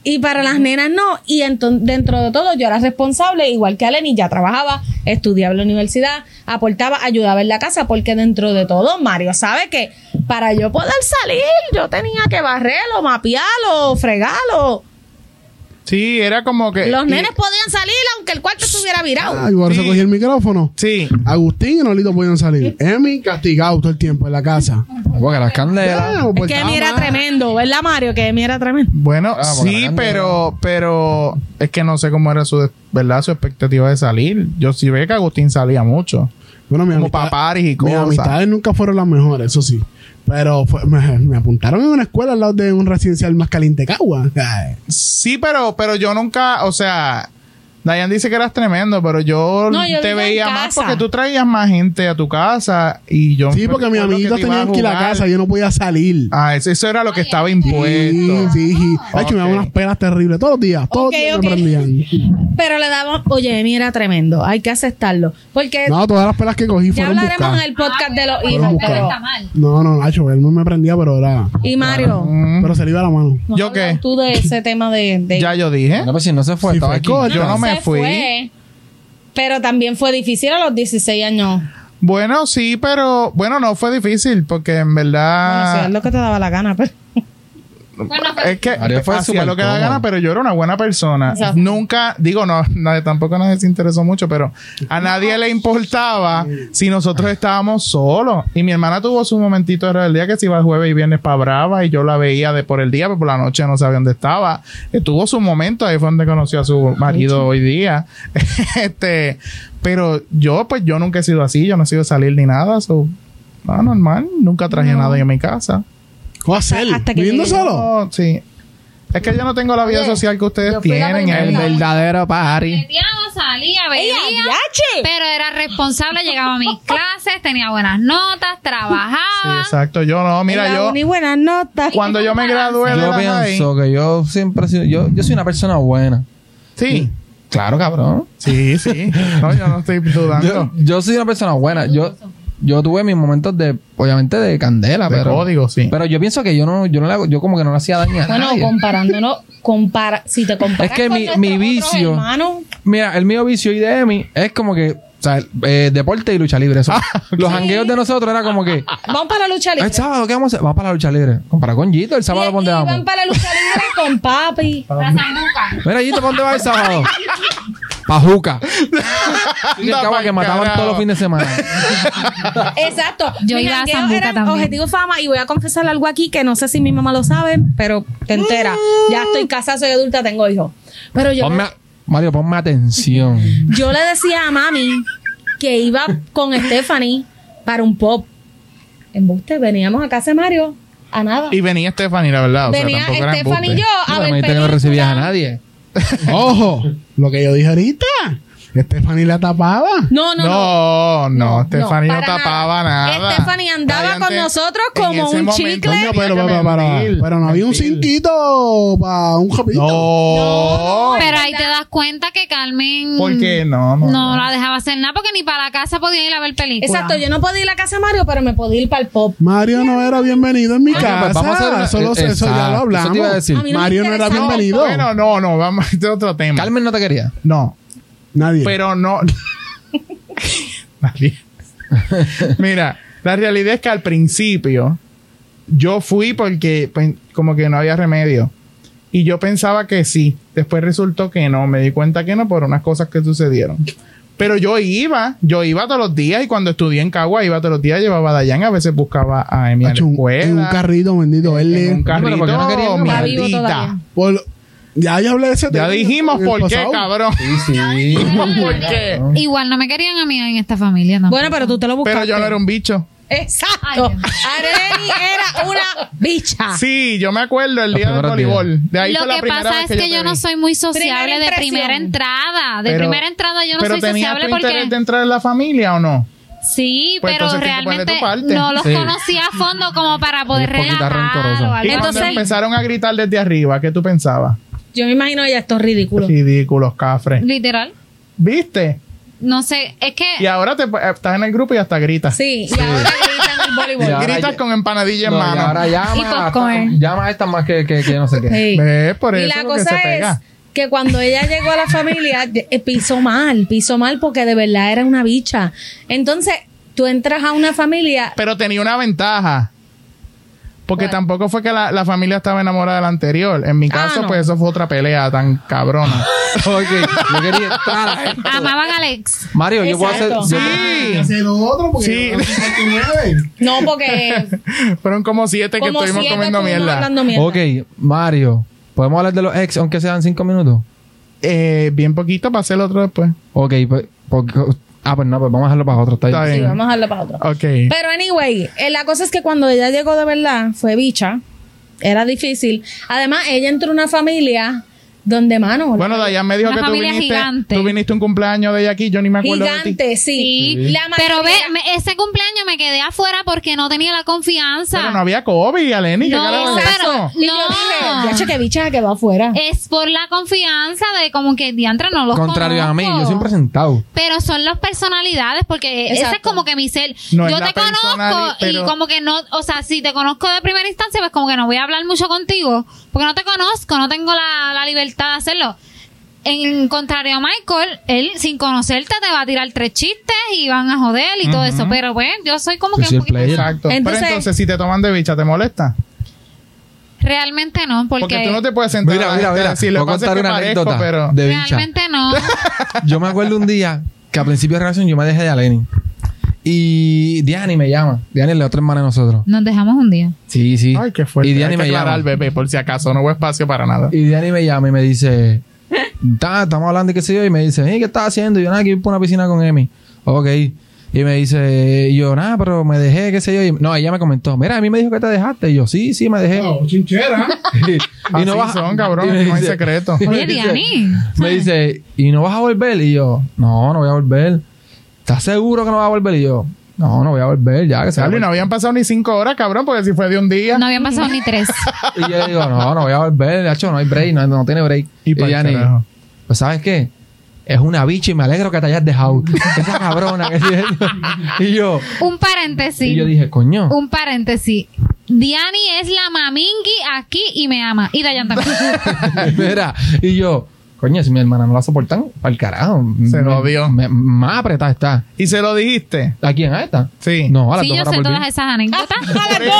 Speaker 3: y para las nenas no. Y enton- dentro de todo yo era responsable, igual que Aleni, ya trabajaba, estudiaba en la universidad, aportaba, ayudaba en la casa, porque dentro de todo Mario sabe que para yo poder salir yo tenía que barrerlo, mapearlo, fregarlo.
Speaker 1: sí, era como que.
Speaker 3: Los
Speaker 1: Eh, y- Ah,
Speaker 3: nenes podían salir aunque el cuarto estuviera virado.
Speaker 4: Ay, por eso
Speaker 1: Sí.
Speaker 4: cogí el micrófono.
Speaker 1: Sí.
Speaker 4: Agustín y Nolito podían salir. Emi castigado todo el tiempo en la casa.
Speaker 2: Porque las
Speaker 4: Ah,
Speaker 2: candelas.
Speaker 1: pues
Speaker 4: no
Speaker 3: Es que
Speaker 4: portaba
Speaker 3: Emi era
Speaker 4: más.
Speaker 3: tremendo, ¿verdad Mario? Que Emi era tremendo.
Speaker 1: Bueno,
Speaker 2: Ah, porque
Speaker 1: sí,
Speaker 2: la grande
Speaker 1: pero, pero es que no sé cómo era su, ¿verdad? su expectativa de salir. Yo sí veía que Agustín salía mucho.
Speaker 4: Bueno, mi
Speaker 1: Como
Speaker 4: amistad-
Speaker 1: pa' paris y
Speaker 4: Mis
Speaker 1: cosas.
Speaker 4: amistades nunca fueron las mejores, eso sí. Pero fue- me, me apuntaron en una escuela al lado de un residencial más caliente que agua. Ay.
Speaker 1: Sí, pero, pero yo nunca, o sea, Dayan dice que eras tremendo, pero yo,
Speaker 3: No, yo
Speaker 1: te
Speaker 3: digo en
Speaker 1: veía más
Speaker 3: casa.
Speaker 1: porque tú traías más gente a tu casa y yo.
Speaker 4: Sí, porque mis
Speaker 1: recuerdo que
Speaker 4: amiguitos
Speaker 1: te iba
Speaker 4: tenían
Speaker 1: a
Speaker 4: que ir a la
Speaker 1: jugar.
Speaker 4: casa, yo no podía salir.
Speaker 1: Ah, eso, eso era lo que estaba impuesto.
Speaker 4: Sí, sí. Ay,
Speaker 1: Ok.
Speaker 4: me daban unas pelas terribles todos los días. Todos
Speaker 3: Ok,
Speaker 4: los días
Speaker 3: ok.
Speaker 4: me prendían.
Speaker 3: Pero le daban, oye, Emi era tremendo, hay que aceptarlo. Porque
Speaker 4: No, todas las pelas que cogí
Speaker 3: Eh, ya
Speaker 4: fueron
Speaker 3: hablaremos
Speaker 4: buscadas.
Speaker 3: en el podcast de los
Speaker 4: Fueron
Speaker 3: hijos, pero.
Speaker 5: Ah, Está mal.
Speaker 4: No, no, Nacho, él no me prendía, pero era...
Speaker 3: Y Mario.
Speaker 1: Mm,
Speaker 4: Pero se le iba la mano.
Speaker 3: ¿no has
Speaker 1: ¿Yo qué?
Speaker 3: hablado Tú de ese tema de. de-
Speaker 1: ya yo dije.
Speaker 3: eh.
Speaker 2: No, pues si no se fue,
Speaker 4: Sí,
Speaker 2: estaba
Speaker 4: fue
Speaker 2: aquí.
Speaker 1: Yo no
Speaker 3: se
Speaker 1: me fui.
Speaker 3: fue, Pero también fue difícil a los 16 años.
Speaker 1: Bueno, sí, pero bueno, no fue difícil porque en
Speaker 3: Bueno, si
Speaker 1: verdad
Speaker 3: es lo que te daba la gana, pues. pero.
Speaker 5: Bueno, pues,
Speaker 1: es que
Speaker 2: Mario fue
Speaker 1: hacía
Speaker 2: súper
Speaker 1: lo que da
Speaker 2: cómodo.
Speaker 1: gana, pero yo era una buena persona.
Speaker 3: Exacto.
Speaker 1: Nunca, digo, no, nadie- tampoco nos desinteresó mucho, pero a nadie le importaba si nosotros estábamos solos. Y mi hermana tuvo su momentito de rebeldía que se iba jueves y viernes para Brava y yo la veía de por el día, pero por la noche no sabía dónde estaba. Eh, Tuvo su momento, ahí fue donde conoció a su marido hoy día. este, pero yo, pues yo nunca he sido así, yo no he sido salir ni nada, so, no, normal, nunca traje a nadie a mi casa.
Speaker 4: ¿Qué va a hacer?
Speaker 3: Hasta que
Speaker 4: ¿Viviendo
Speaker 3: llegue
Speaker 4: solo?
Speaker 1: No, sí. Es que yo no tengo la vida
Speaker 3: Oye,
Speaker 1: social que ustedes
Speaker 3: yo fui la
Speaker 1: tienen.
Speaker 3: primera.
Speaker 1: es verdad.
Speaker 2: verdadero party.
Speaker 5: metíamos, salía,
Speaker 3: ¡Ey,
Speaker 5: veía,
Speaker 3: adiache!
Speaker 5: pero era responsable, llegaba a mis clases, tenía buenas notas,
Speaker 1: Sí,
Speaker 5: trabajaba.
Speaker 1: exacto. Yo no, mira,
Speaker 3: En la
Speaker 1: yo
Speaker 3: uni buenas notas.
Speaker 1: cuando yo me gradué de
Speaker 2: Yo
Speaker 1: la high,
Speaker 2: pienso que yo siempre he sido- yo, yo soy una persona buena.
Speaker 1: sí,
Speaker 2: Claro, cabrón.
Speaker 1: sí, sí. No, yo no estoy
Speaker 2: Yo,
Speaker 1: dudando.
Speaker 2: yo soy una persona buena. Yo, yo tuve mis momentos de, obviamente, de candela,
Speaker 1: De
Speaker 2: pero.
Speaker 1: código, sí.
Speaker 2: Pero yo pienso que yo no, yo no le hago, yo como que no le hacía daño a
Speaker 3: Bueno,
Speaker 2: nadie.
Speaker 3: comparándonos, compara, si te comparas
Speaker 2: Es que
Speaker 3: con
Speaker 2: mi-
Speaker 3: nuestros
Speaker 2: mi
Speaker 3: otros
Speaker 2: vicio-
Speaker 3: hermanos,
Speaker 2: Mira, el mío vicio y de Emi es como que, o sea, eh, deporte y lucha libre. Eso.
Speaker 3: Ah,
Speaker 2: Los jangueos de nosotros era como que,
Speaker 3: vamos para la lucha libre.
Speaker 2: el sábado, ¿qué vamos a hacer? Vamos para la lucha libre. Comparado con Gito, el sábado,
Speaker 3: Y-
Speaker 2: ¿dónde
Speaker 3: y
Speaker 2: vamos?
Speaker 3: van para la lucha libre con papi.
Speaker 5: La zambuca.
Speaker 2: Mira, Gito, ¿pa' ¿dónde vas el sábado? Pajuca. Y el
Speaker 1: Anda
Speaker 2: cagua
Speaker 1: pa'l
Speaker 2: que mataban
Speaker 1: carajo.
Speaker 2: todos los fines de semana.
Speaker 3: Exacto.
Speaker 5: Yo
Speaker 3: Mis
Speaker 5: iba a
Speaker 3: jangueos
Speaker 5: Zambuca
Speaker 3: eran
Speaker 5: también.
Speaker 3: Objetivo fama. Y voy a confesar algo aquí que no sé si mi mamá lo sabe, pero te entera. Ya estoy casada, soy adulta, tengo hijos. Pero yo,
Speaker 2: Ponme a- Mario, ponme atención.
Speaker 3: yo le decía a mami que iba con Stephanie para un pop. En Buste, veníamos a casa de Mario a nada.
Speaker 1: Y venía Stephanie, la verdad. O
Speaker 3: Venía
Speaker 1: sea, tampoco era
Speaker 3: Stephanie y
Speaker 1: embuste.
Speaker 3: yo a
Speaker 2: me
Speaker 3: ver
Speaker 2: dijiste que no
Speaker 3: películas.
Speaker 2: recibías a nadie.
Speaker 4: Ojo, lo que yo dije ahorita. Stephanie la tapaba.
Speaker 3: No, no,
Speaker 1: No,
Speaker 3: no.
Speaker 1: no, Stephanie no
Speaker 3: para nada.
Speaker 1: tapaba nada.
Speaker 3: Stephanie andaba
Speaker 1: Ay,
Speaker 3: con nosotros
Speaker 1: en
Speaker 3: como
Speaker 1: ese
Speaker 3: un
Speaker 1: momento
Speaker 3: chicle.
Speaker 1: tenía
Speaker 4: Coño, pero,
Speaker 1: que
Speaker 4: pero, pero,
Speaker 1: mentir,
Speaker 4: pero no había un
Speaker 1: mentir.
Speaker 4: cinquito para un japito.
Speaker 1: No.
Speaker 5: Oh. Pero ahí te das cuenta que Carmen
Speaker 1: ¿Por qué? No, no,
Speaker 5: no,
Speaker 1: no.
Speaker 5: la dejaba hacer nada porque ni para la casa podía ir a ver películas.
Speaker 3: Exacto, yo no podía ir a casa de Mario, pero me podía ir para el pop.
Speaker 4: Mario no era bienvenido en mi
Speaker 2: Coño,
Speaker 4: casa.
Speaker 2: pues vamos a hacer una-
Speaker 4: Solo-
Speaker 2: eh,
Speaker 4: eso
Speaker 2: exacto,
Speaker 4: ya lo
Speaker 2: eso
Speaker 4: hablamos.
Speaker 2: te iba a decir.
Speaker 3: A mí no me
Speaker 4: Mario no era
Speaker 3: interesaba.
Speaker 4: bienvenido.
Speaker 1: Bueno, no, no, vamos a otro tema.
Speaker 2: Carmen no te quería.
Speaker 1: No,
Speaker 4: Nadie.
Speaker 1: Pero no. Nadie. Mira, la realidad es que al principio yo fui porque pen- como que no había remedio. Y yo pensaba que sí. Después resultó que no. Me di cuenta que no por unas cosas que sucedieron. Pero yo iba, yo iba todos los días y cuando estudié en Cagua iba todos los días, llevaba a Dayan, a veces buscaba a Emi a la
Speaker 4: Hacho, un-
Speaker 1: escuela.
Speaker 4: en un carrito, bendito. Él
Speaker 1: en un
Speaker 4: le-
Speaker 1: carrito,
Speaker 2: Pero ¿por qué no quería?
Speaker 3: Está vivo
Speaker 1: mierdita.
Speaker 3: todavía.
Speaker 4: Por- ya yo hablé de ese
Speaker 1: Ya
Speaker 4: tema
Speaker 1: dijimos
Speaker 4: en el
Speaker 1: por qué,
Speaker 4: pasado.
Speaker 1: cabrón.
Speaker 2: Sí, sí.
Speaker 1: ¿Por qué?
Speaker 5: Igual no me querían a mí en esta familia. tampoco.
Speaker 3: Bueno, pues, pero tú te lo buscaste.
Speaker 1: Pero yo no era un bicho.
Speaker 5: Ay,
Speaker 3: Exacto.
Speaker 5: Dios mío.
Speaker 3: Areli era una bicha.
Speaker 1: Sí, yo me acuerdo el
Speaker 2: Los
Speaker 1: día del
Speaker 2: primeros días.
Speaker 1: voleibol. De ahí fue
Speaker 5: Ah. lo
Speaker 1: la
Speaker 5: que
Speaker 1: primera
Speaker 5: pasa
Speaker 1: vez
Speaker 5: es que, yo,
Speaker 1: te
Speaker 5: no
Speaker 1: vi.
Speaker 5: soy muy sociable
Speaker 3: Primera
Speaker 5: de
Speaker 3: impresión.
Speaker 5: primera entrada. De
Speaker 1: Pero-
Speaker 5: primera entrada yo no
Speaker 1: pero
Speaker 5: soy
Speaker 1: tenías
Speaker 5: sociable
Speaker 1: tu interés de
Speaker 5: porque...
Speaker 1: entrar en la familia o no?
Speaker 5: Sí,
Speaker 1: Pues
Speaker 5: pero
Speaker 1: entonces tienes que poner de
Speaker 5: realmente
Speaker 1: tu parte.
Speaker 5: no los
Speaker 2: Sí.
Speaker 5: conocía a fondo como para poder
Speaker 2: Eres poquita
Speaker 5: relajar
Speaker 2: rencorosa.
Speaker 5: o
Speaker 1: Y
Speaker 5: algo
Speaker 1: cuando
Speaker 3: Entonces-
Speaker 5: así.
Speaker 1: empezaron a gritar desde arriba, ¿qué tú pensabas?
Speaker 3: Yo me imagino ella, esto es ridículo.
Speaker 1: Ridículos, cafres.
Speaker 5: Literal.
Speaker 1: ¿Viste?
Speaker 5: No sé, es que...
Speaker 1: Y ahora te, eh, estás en el grupo y hasta gritas.
Speaker 3: Sí, y ahora gritan el
Speaker 2: Y
Speaker 3: voleibol.
Speaker 2: ahora
Speaker 1: gritas
Speaker 2: ya-
Speaker 1: con empanadilla
Speaker 2: No,
Speaker 1: en
Speaker 2: y
Speaker 1: mano.
Speaker 2: ahora
Speaker 5: Y
Speaker 2: llama,
Speaker 5: popcorn.
Speaker 2: a- llama a esta más que, que, que no sé qué.
Speaker 3: Sí.
Speaker 1: ¿Ves? Por
Speaker 3: Y
Speaker 1: eso
Speaker 3: la
Speaker 1: es lo que se
Speaker 3: cosa es
Speaker 1: pega.
Speaker 3: que cuando ella llegó a la familia, eh, pisó mal, pisó mal porque de verdad era una bicha. Entonces, tú entras a una familia
Speaker 1: Pero tenía una ventaja. Porque
Speaker 3: ¿Cuál?
Speaker 1: tampoco fue que la, la familia estaba enamorada de la anterior.
Speaker 5: Ah,
Speaker 1: En mi caso,
Speaker 3: no.
Speaker 1: pues eso fue otra pelea tan cabrona.
Speaker 2: Ok, yo quería entrar a esto.
Speaker 5: Amaban a Alex.
Speaker 2: Mario, yo puedo hacer.
Speaker 3: Exacto.
Speaker 2: yo-
Speaker 1: sí.
Speaker 4: Ese es otro, porque
Speaker 1: Sí.
Speaker 4: yo- 59.
Speaker 3: No, porque
Speaker 1: Fueron como siete que
Speaker 3: como
Speaker 1: estuvimos
Speaker 3: siete
Speaker 1: comiendo
Speaker 3: estuvimos
Speaker 1: mierda.
Speaker 3: hablando mierda.
Speaker 2: Ok, Mario, ¿podemos hablar de los ex aunque sean cinco minutos?
Speaker 1: Eh, bien poquito para hacer el otro después.
Speaker 2: Ok, pues. porque- ah, pues no, pues vamos a dejarlo para otro. Está bien.
Speaker 1: Está
Speaker 3: Sí,
Speaker 1: bien.
Speaker 3: vamos a dejarlo para otro.
Speaker 1: Ok.
Speaker 3: Pero anyway, eh, la cosa es que cuando ella llegó de verdad, fue bicha. Era difícil. Además, ella entró a una familia donde, mano,
Speaker 1: Bueno, Dayan me dijo
Speaker 5: Una
Speaker 1: que tú
Speaker 5: familia
Speaker 1: viniste,
Speaker 5: gigante.
Speaker 1: tú viniste un cumpleaños de ella aquí, yo ni me acuerdo de ti.
Speaker 3: gigante, sí.
Speaker 5: Sí.
Speaker 3: La mayoría-
Speaker 5: Pero ve, me- ese cumpleaños me quedé afuera porque no tenía la confianza.
Speaker 1: Pero no había COVID, Aleni, ¿qué
Speaker 5: No,
Speaker 1: carajo es
Speaker 5: pero-
Speaker 1: eso?
Speaker 3: Y yo dije,
Speaker 5: No.
Speaker 3: ya che, que bicha se quedó afuera.
Speaker 5: Es por la confianza de como que diantre no los
Speaker 2: Contrario a mí,
Speaker 5: conozco.
Speaker 2: yo soy un presentado.
Speaker 5: Pero son las personalidades, porque e-, ese es
Speaker 3: Exacto.
Speaker 5: como que mi ser.
Speaker 1: No
Speaker 5: yo
Speaker 1: es la
Speaker 5: te conozco
Speaker 1: personali-
Speaker 5: y
Speaker 1: pero-
Speaker 5: como que no, o sea, si te conozco de primera instancia, pues como que no voy a hablar mucho contigo, porque no te conozco, no tengo la, la libertad de hacerlo. en contrario a Michael, él sin conocerte te va a tirar tres chistes y van a joder y todo eso. Pero pues yo soy como
Speaker 2: Yo
Speaker 5: que
Speaker 2: soy el
Speaker 5: un poquito...
Speaker 2: player.
Speaker 1: Exacto.
Speaker 3: Entonces-
Speaker 1: Pero entonces, si te toman de bicha, ¿te molesta?
Speaker 5: Realmente no, porque,
Speaker 1: Porque tú no te puedes sentar
Speaker 2: Mira,
Speaker 1: a la
Speaker 2: mira,
Speaker 1: gente
Speaker 2: mira.
Speaker 1: a decir,
Speaker 2: Voy a
Speaker 1: lo que pasa es
Speaker 2: contar
Speaker 1: que
Speaker 2: una
Speaker 1: parezco,
Speaker 2: anécdota
Speaker 1: pero...
Speaker 2: de bicha.
Speaker 5: realmente no.
Speaker 2: Yo me acuerdo un día que a principio de relación yo me dejé de Aleni. Y Diani me llama. Diani es la otra hermana de nosotros.
Speaker 5: Nos dejamos un día.
Speaker 2: Sí, sí.
Speaker 1: Ay, qué fuerte.
Speaker 2: Y
Speaker 1: Hay
Speaker 2: Diani
Speaker 1: que
Speaker 2: me
Speaker 1: aclarar,
Speaker 2: llama.
Speaker 1: bebé, por si acaso. No hubo espacio para nada.
Speaker 2: Y Diani me llama y me dice, "Ta, estamos hablando y qué sé yo, y me dice, "Ey, ¿qué estás haciendo? Y yo, nada, que voy por una piscina con Emi. Ok. Y me dice, y yo, nada, pero me dejé, qué sé yo. Y, no, ella me comentó, mira, a mí me dijo que te dejaste. Y yo, sí, sí, me dejé.
Speaker 4: No, chinchera.
Speaker 2: y
Speaker 1: Así
Speaker 2: vas-
Speaker 1: son,
Speaker 2: y me
Speaker 1: cabrones. No hay
Speaker 2: dice-
Speaker 1: secreto.
Speaker 5: Oye, Diani.
Speaker 2: Me dice, ¿y no vas a volver? Y yo, no, no voy a volver. ¿Estás seguro que no vas a volver? Y yo, no, no voy a volver, ya que se va a
Speaker 1: Diablo, y no habían pasado ni cinco horas, cabrón, porque si fue de un día.
Speaker 5: No habían pasado ni tres.
Speaker 2: Y yo le digo, no, no voy a volver. De hecho, no hay break, no, no tiene break.
Speaker 1: Y
Speaker 2: Y,
Speaker 1: pa'l
Speaker 2: Yanni,
Speaker 1: carajo.
Speaker 2: pues ¿sabes qué? Es una bicha y me alegro que te hayas dejado. Esa cabrona que sí es. Y yo,
Speaker 5: Un paréntesis.
Speaker 2: y yo dije, coño.
Speaker 5: Un paréntesis. Diani es la mamingui aquí y me ama. Y Dayan también.
Speaker 2: Mira, y yo, coño, si mi hermana no la soportan, el carajo.
Speaker 1: Se
Speaker 2: Me-
Speaker 1: jodió.
Speaker 2: me- Más apretada está.
Speaker 1: ¿Y se lo dijiste?
Speaker 2: ¿A quién? ¿A esta?
Speaker 1: Sí.
Speaker 2: No, a las
Speaker 5: sí,
Speaker 2: dos
Speaker 5: yo
Speaker 2: horas
Speaker 5: sé
Speaker 2: volví.
Speaker 5: todas esas anécdotas.
Speaker 1: Por eso,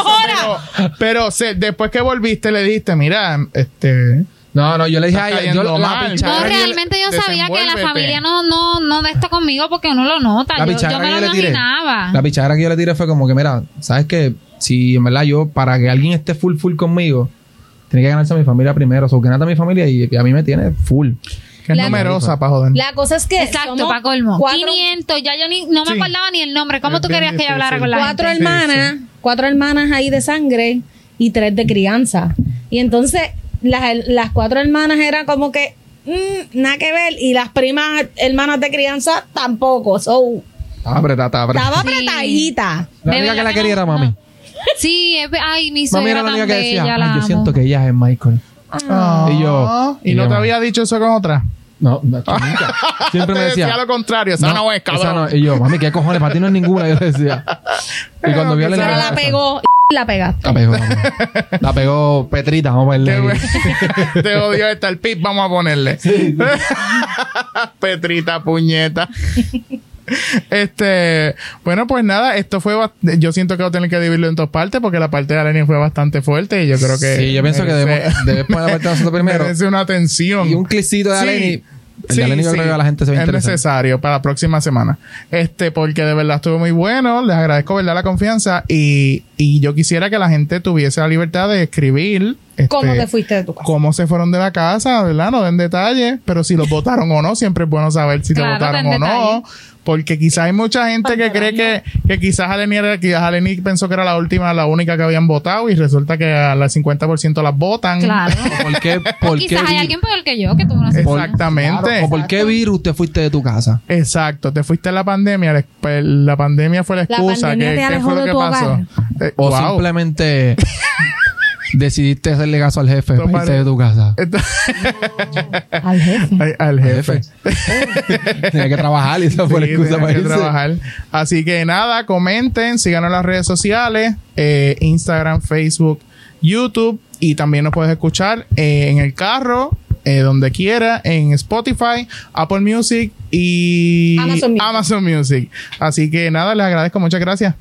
Speaker 1: Pero, pero se- después que volviste, le dijiste, mira, este.
Speaker 2: No, no, yo le dije a
Speaker 1: Está
Speaker 2: ella, yo
Speaker 1: cayendo
Speaker 2: la,
Speaker 1: mal,
Speaker 5: No,
Speaker 1: Chaval,
Speaker 5: realmente yo sabía que la
Speaker 1: desenvuélvete.
Speaker 5: familia no, no, no de esto conmigo porque uno lo nota.
Speaker 2: La
Speaker 5: Yo,
Speaker 2: pichadera
Speaker 5: yo me
Speaker 2: que
Speaker 5: lo
Speaker 2: yo le tiré.
Speaker 5: imaginaba.
Speaker 2: La pichadera que yo le tiré fue como que, mira, ¿sabes qué? Si en verdad yo, para que alguien esté full, full conmigo, tiene que ganarse a mi familia primero. O sea, ganate a mi familia y, y a mí me tiene full.
Speaker 1: Que es
Speaker 3: La-
Speaker 1: numerosa para joder.
Speaker 3: La cosa es que
Speaker 5: Exacto,
Speaker 3: somos
Speaker 5: para colmo.
Speaker 3: cuatro,
Speaker 5: 500, ya yo ni, no me
Speaker 1: Sí.
Speaker 5: acordaba ni el nombre. ¿Cómo
Speaker 1: Es
Speaker 5: tú
Speaker 1: bien
Speaker 5: querías que yo hablara
Speaker 1: difícil.
Speaker 5: con la
Speaker 3: cuatro
Speaker 5: gente?
Speaker 3: hermanas, cuatro hermanas ahí de sangre y tres de crianza. Y entonces las, las cuatro hermanas eran como que mm, nada que ver y las primas hermanas de crianza tampoco. So,
Speaker 2: Estaba apretada, estaba apretada.
Speaker 3: estaba
Speaker 5: Sí.
Speaker 3: apretadita.
Speaker 2: La
Speaker 5: De
Speaker 2: única que
Speaker 5: verdad
Speaker 2: la
Speaker 5: que
Speaker 2: quería
Speaker 5: no,
Speaker 2: era mami.
Speaker 5: no. Sí, es ve- ay, mi
Speaker 2: Mami
Speaker 5: suegra
Speaker 2: era la única
Speaker 5: tan
Speaker 2: que
Speaker 5: bella,
Speaker 2: decía,
Speaker 5: la
Speaker 2: "Ay, yo
Speaker 5: amo".
Speaker 2: siento que ella es Michael.
Speaker 1: Ah.
Speaker 2: Y yo-
Speaker 1: ¿Y
Speaker 2: y
Speaker 1: no
Speaker 2: yo-
Speaker 1: te había dicho eso con otra?
Speaker 2: No, no, que nunca. Siempre
Speaker 1: Te
Speaker 2: me decía.
Speaker 1: lo contrario. Esa no, es,
Speaker 2: esa
Speaker 1: cabrón.
Speaker 2: no es". Y yo, mami, ¿qué cojones? Para ti no es ninguna, yo le decía. Y cuando vi a
Speaker 3: Pero
Speaker 2: Elena-
Speaker 3: la pegó la pegaste.
Speaker 2: La pegó. mami. La pegó Petrita, vamos a verle.
Speaker 1: Te, te odio esta, el pip, vamos a ponerle. Petrita, puñeta. Este, bueno, pues nada, esto fue. bast- Yo siento que voy a tener que dividirlo en dos partes porque la parte de Alenia fue bastante fuerte y yo creo que.
Speaker 2: Sí, yo pienso que
Speaker 1: merece-
Speaker 2: debemos- debemos poner la parte de nosotros primero.
Speaker 1: Merece una atención.
Speaker 2: Y un clicito de Aleni. El
Speaker 1: Sí,
Speaker 2: de Aleni yo
Speaker 1: sí.
Speaker 2: creo que a la gente se va a
Speaker 1: Es
Speaker 2: interesar.
Speaker 1: necesario para la próxima semana. Este, porque de verdad estuvo muy bueno. Les agradezco, ¿verdad? La confianza. Y, y yo quisiera que la gente tuviese la libertad de escribir. este,
Speaker 3: ¿Cómo te fuiste de tu casa?
Speaker 1: cómo se fueron de la casa, ¿verdad? No den detalles, pero si los votaron o no, siempre es bueno saber si
Speaker 5: Claro,
Speaker 1: te votaron o
Speaker 5: den
Speaker 1: no.
Speaker 5: detalle.
Speaker 1: Porque quizás hay mucha gente que cree que, que quizás Aleni, era- quizás Aleni pensó que era la última, la única que habían votado y resulta que al 50% las votan.
Speaker 5: Claro.
Speaker 2: ¿Por qué? ¿Por qué?
Speaker 5: Quizás hay
Speaker 2: vi-
Speaker 5: alguien peor que yo que tuvo una
Speaker 2: por-
Speaker 1: Exactamente.
Speaker 2: claro, ¿O por qué virus te fuiste de tu casa?
Speaker 1: Exacto, te fuiste a la pandemia, la, exp- la pandemia fue la
Speaker 3: La
Speaker 1: excusa,
Speaker 3: pandemia
Speaker 1: ¿qué-
Speaker 3: te
Speaker 1: ¿qué,
Speaker 3: alejó
Speaker 1: fue lo
Speaker 3: de
Speaker 1: que
Speaker 3: tu
Speaker 1: pasó?
Speaker 3: hogar.
Speaker 1: Eh,
Speaker 2: ¿O
Speaker 1: wow.
Speaker 2: simplemente decidiste hacerle caso al jefe
Speaker 1: Tomar-
Speaker 2: para irte de tu casa?
Speaker 1: Esto-
Speaker 3: Al jefe.
Speaker 1: Ay, al
Speaker 2: Al
Speaker 1: jefe.
Speaker 2: Tenía que trabajar y esa fue la
Speaker 1: Sí,
Speaker 2: excusa
Speaker 1: tenía
Speaker 2: para
Speaker 1: que
Speaker 2: irse.
Speaker 1: trabajar. Así que nada, comenten, síganos en las redes sociales, eh, Instagram, Facebook, YouTube y también nos puedes escuchar eh, en el carro, eh, donde quiera, en Spotify, Apple Music y
Speaker 3: Amazon Music.
Speaker 1: Amazon Music. Así que nada, les agradezco, muchas gracias.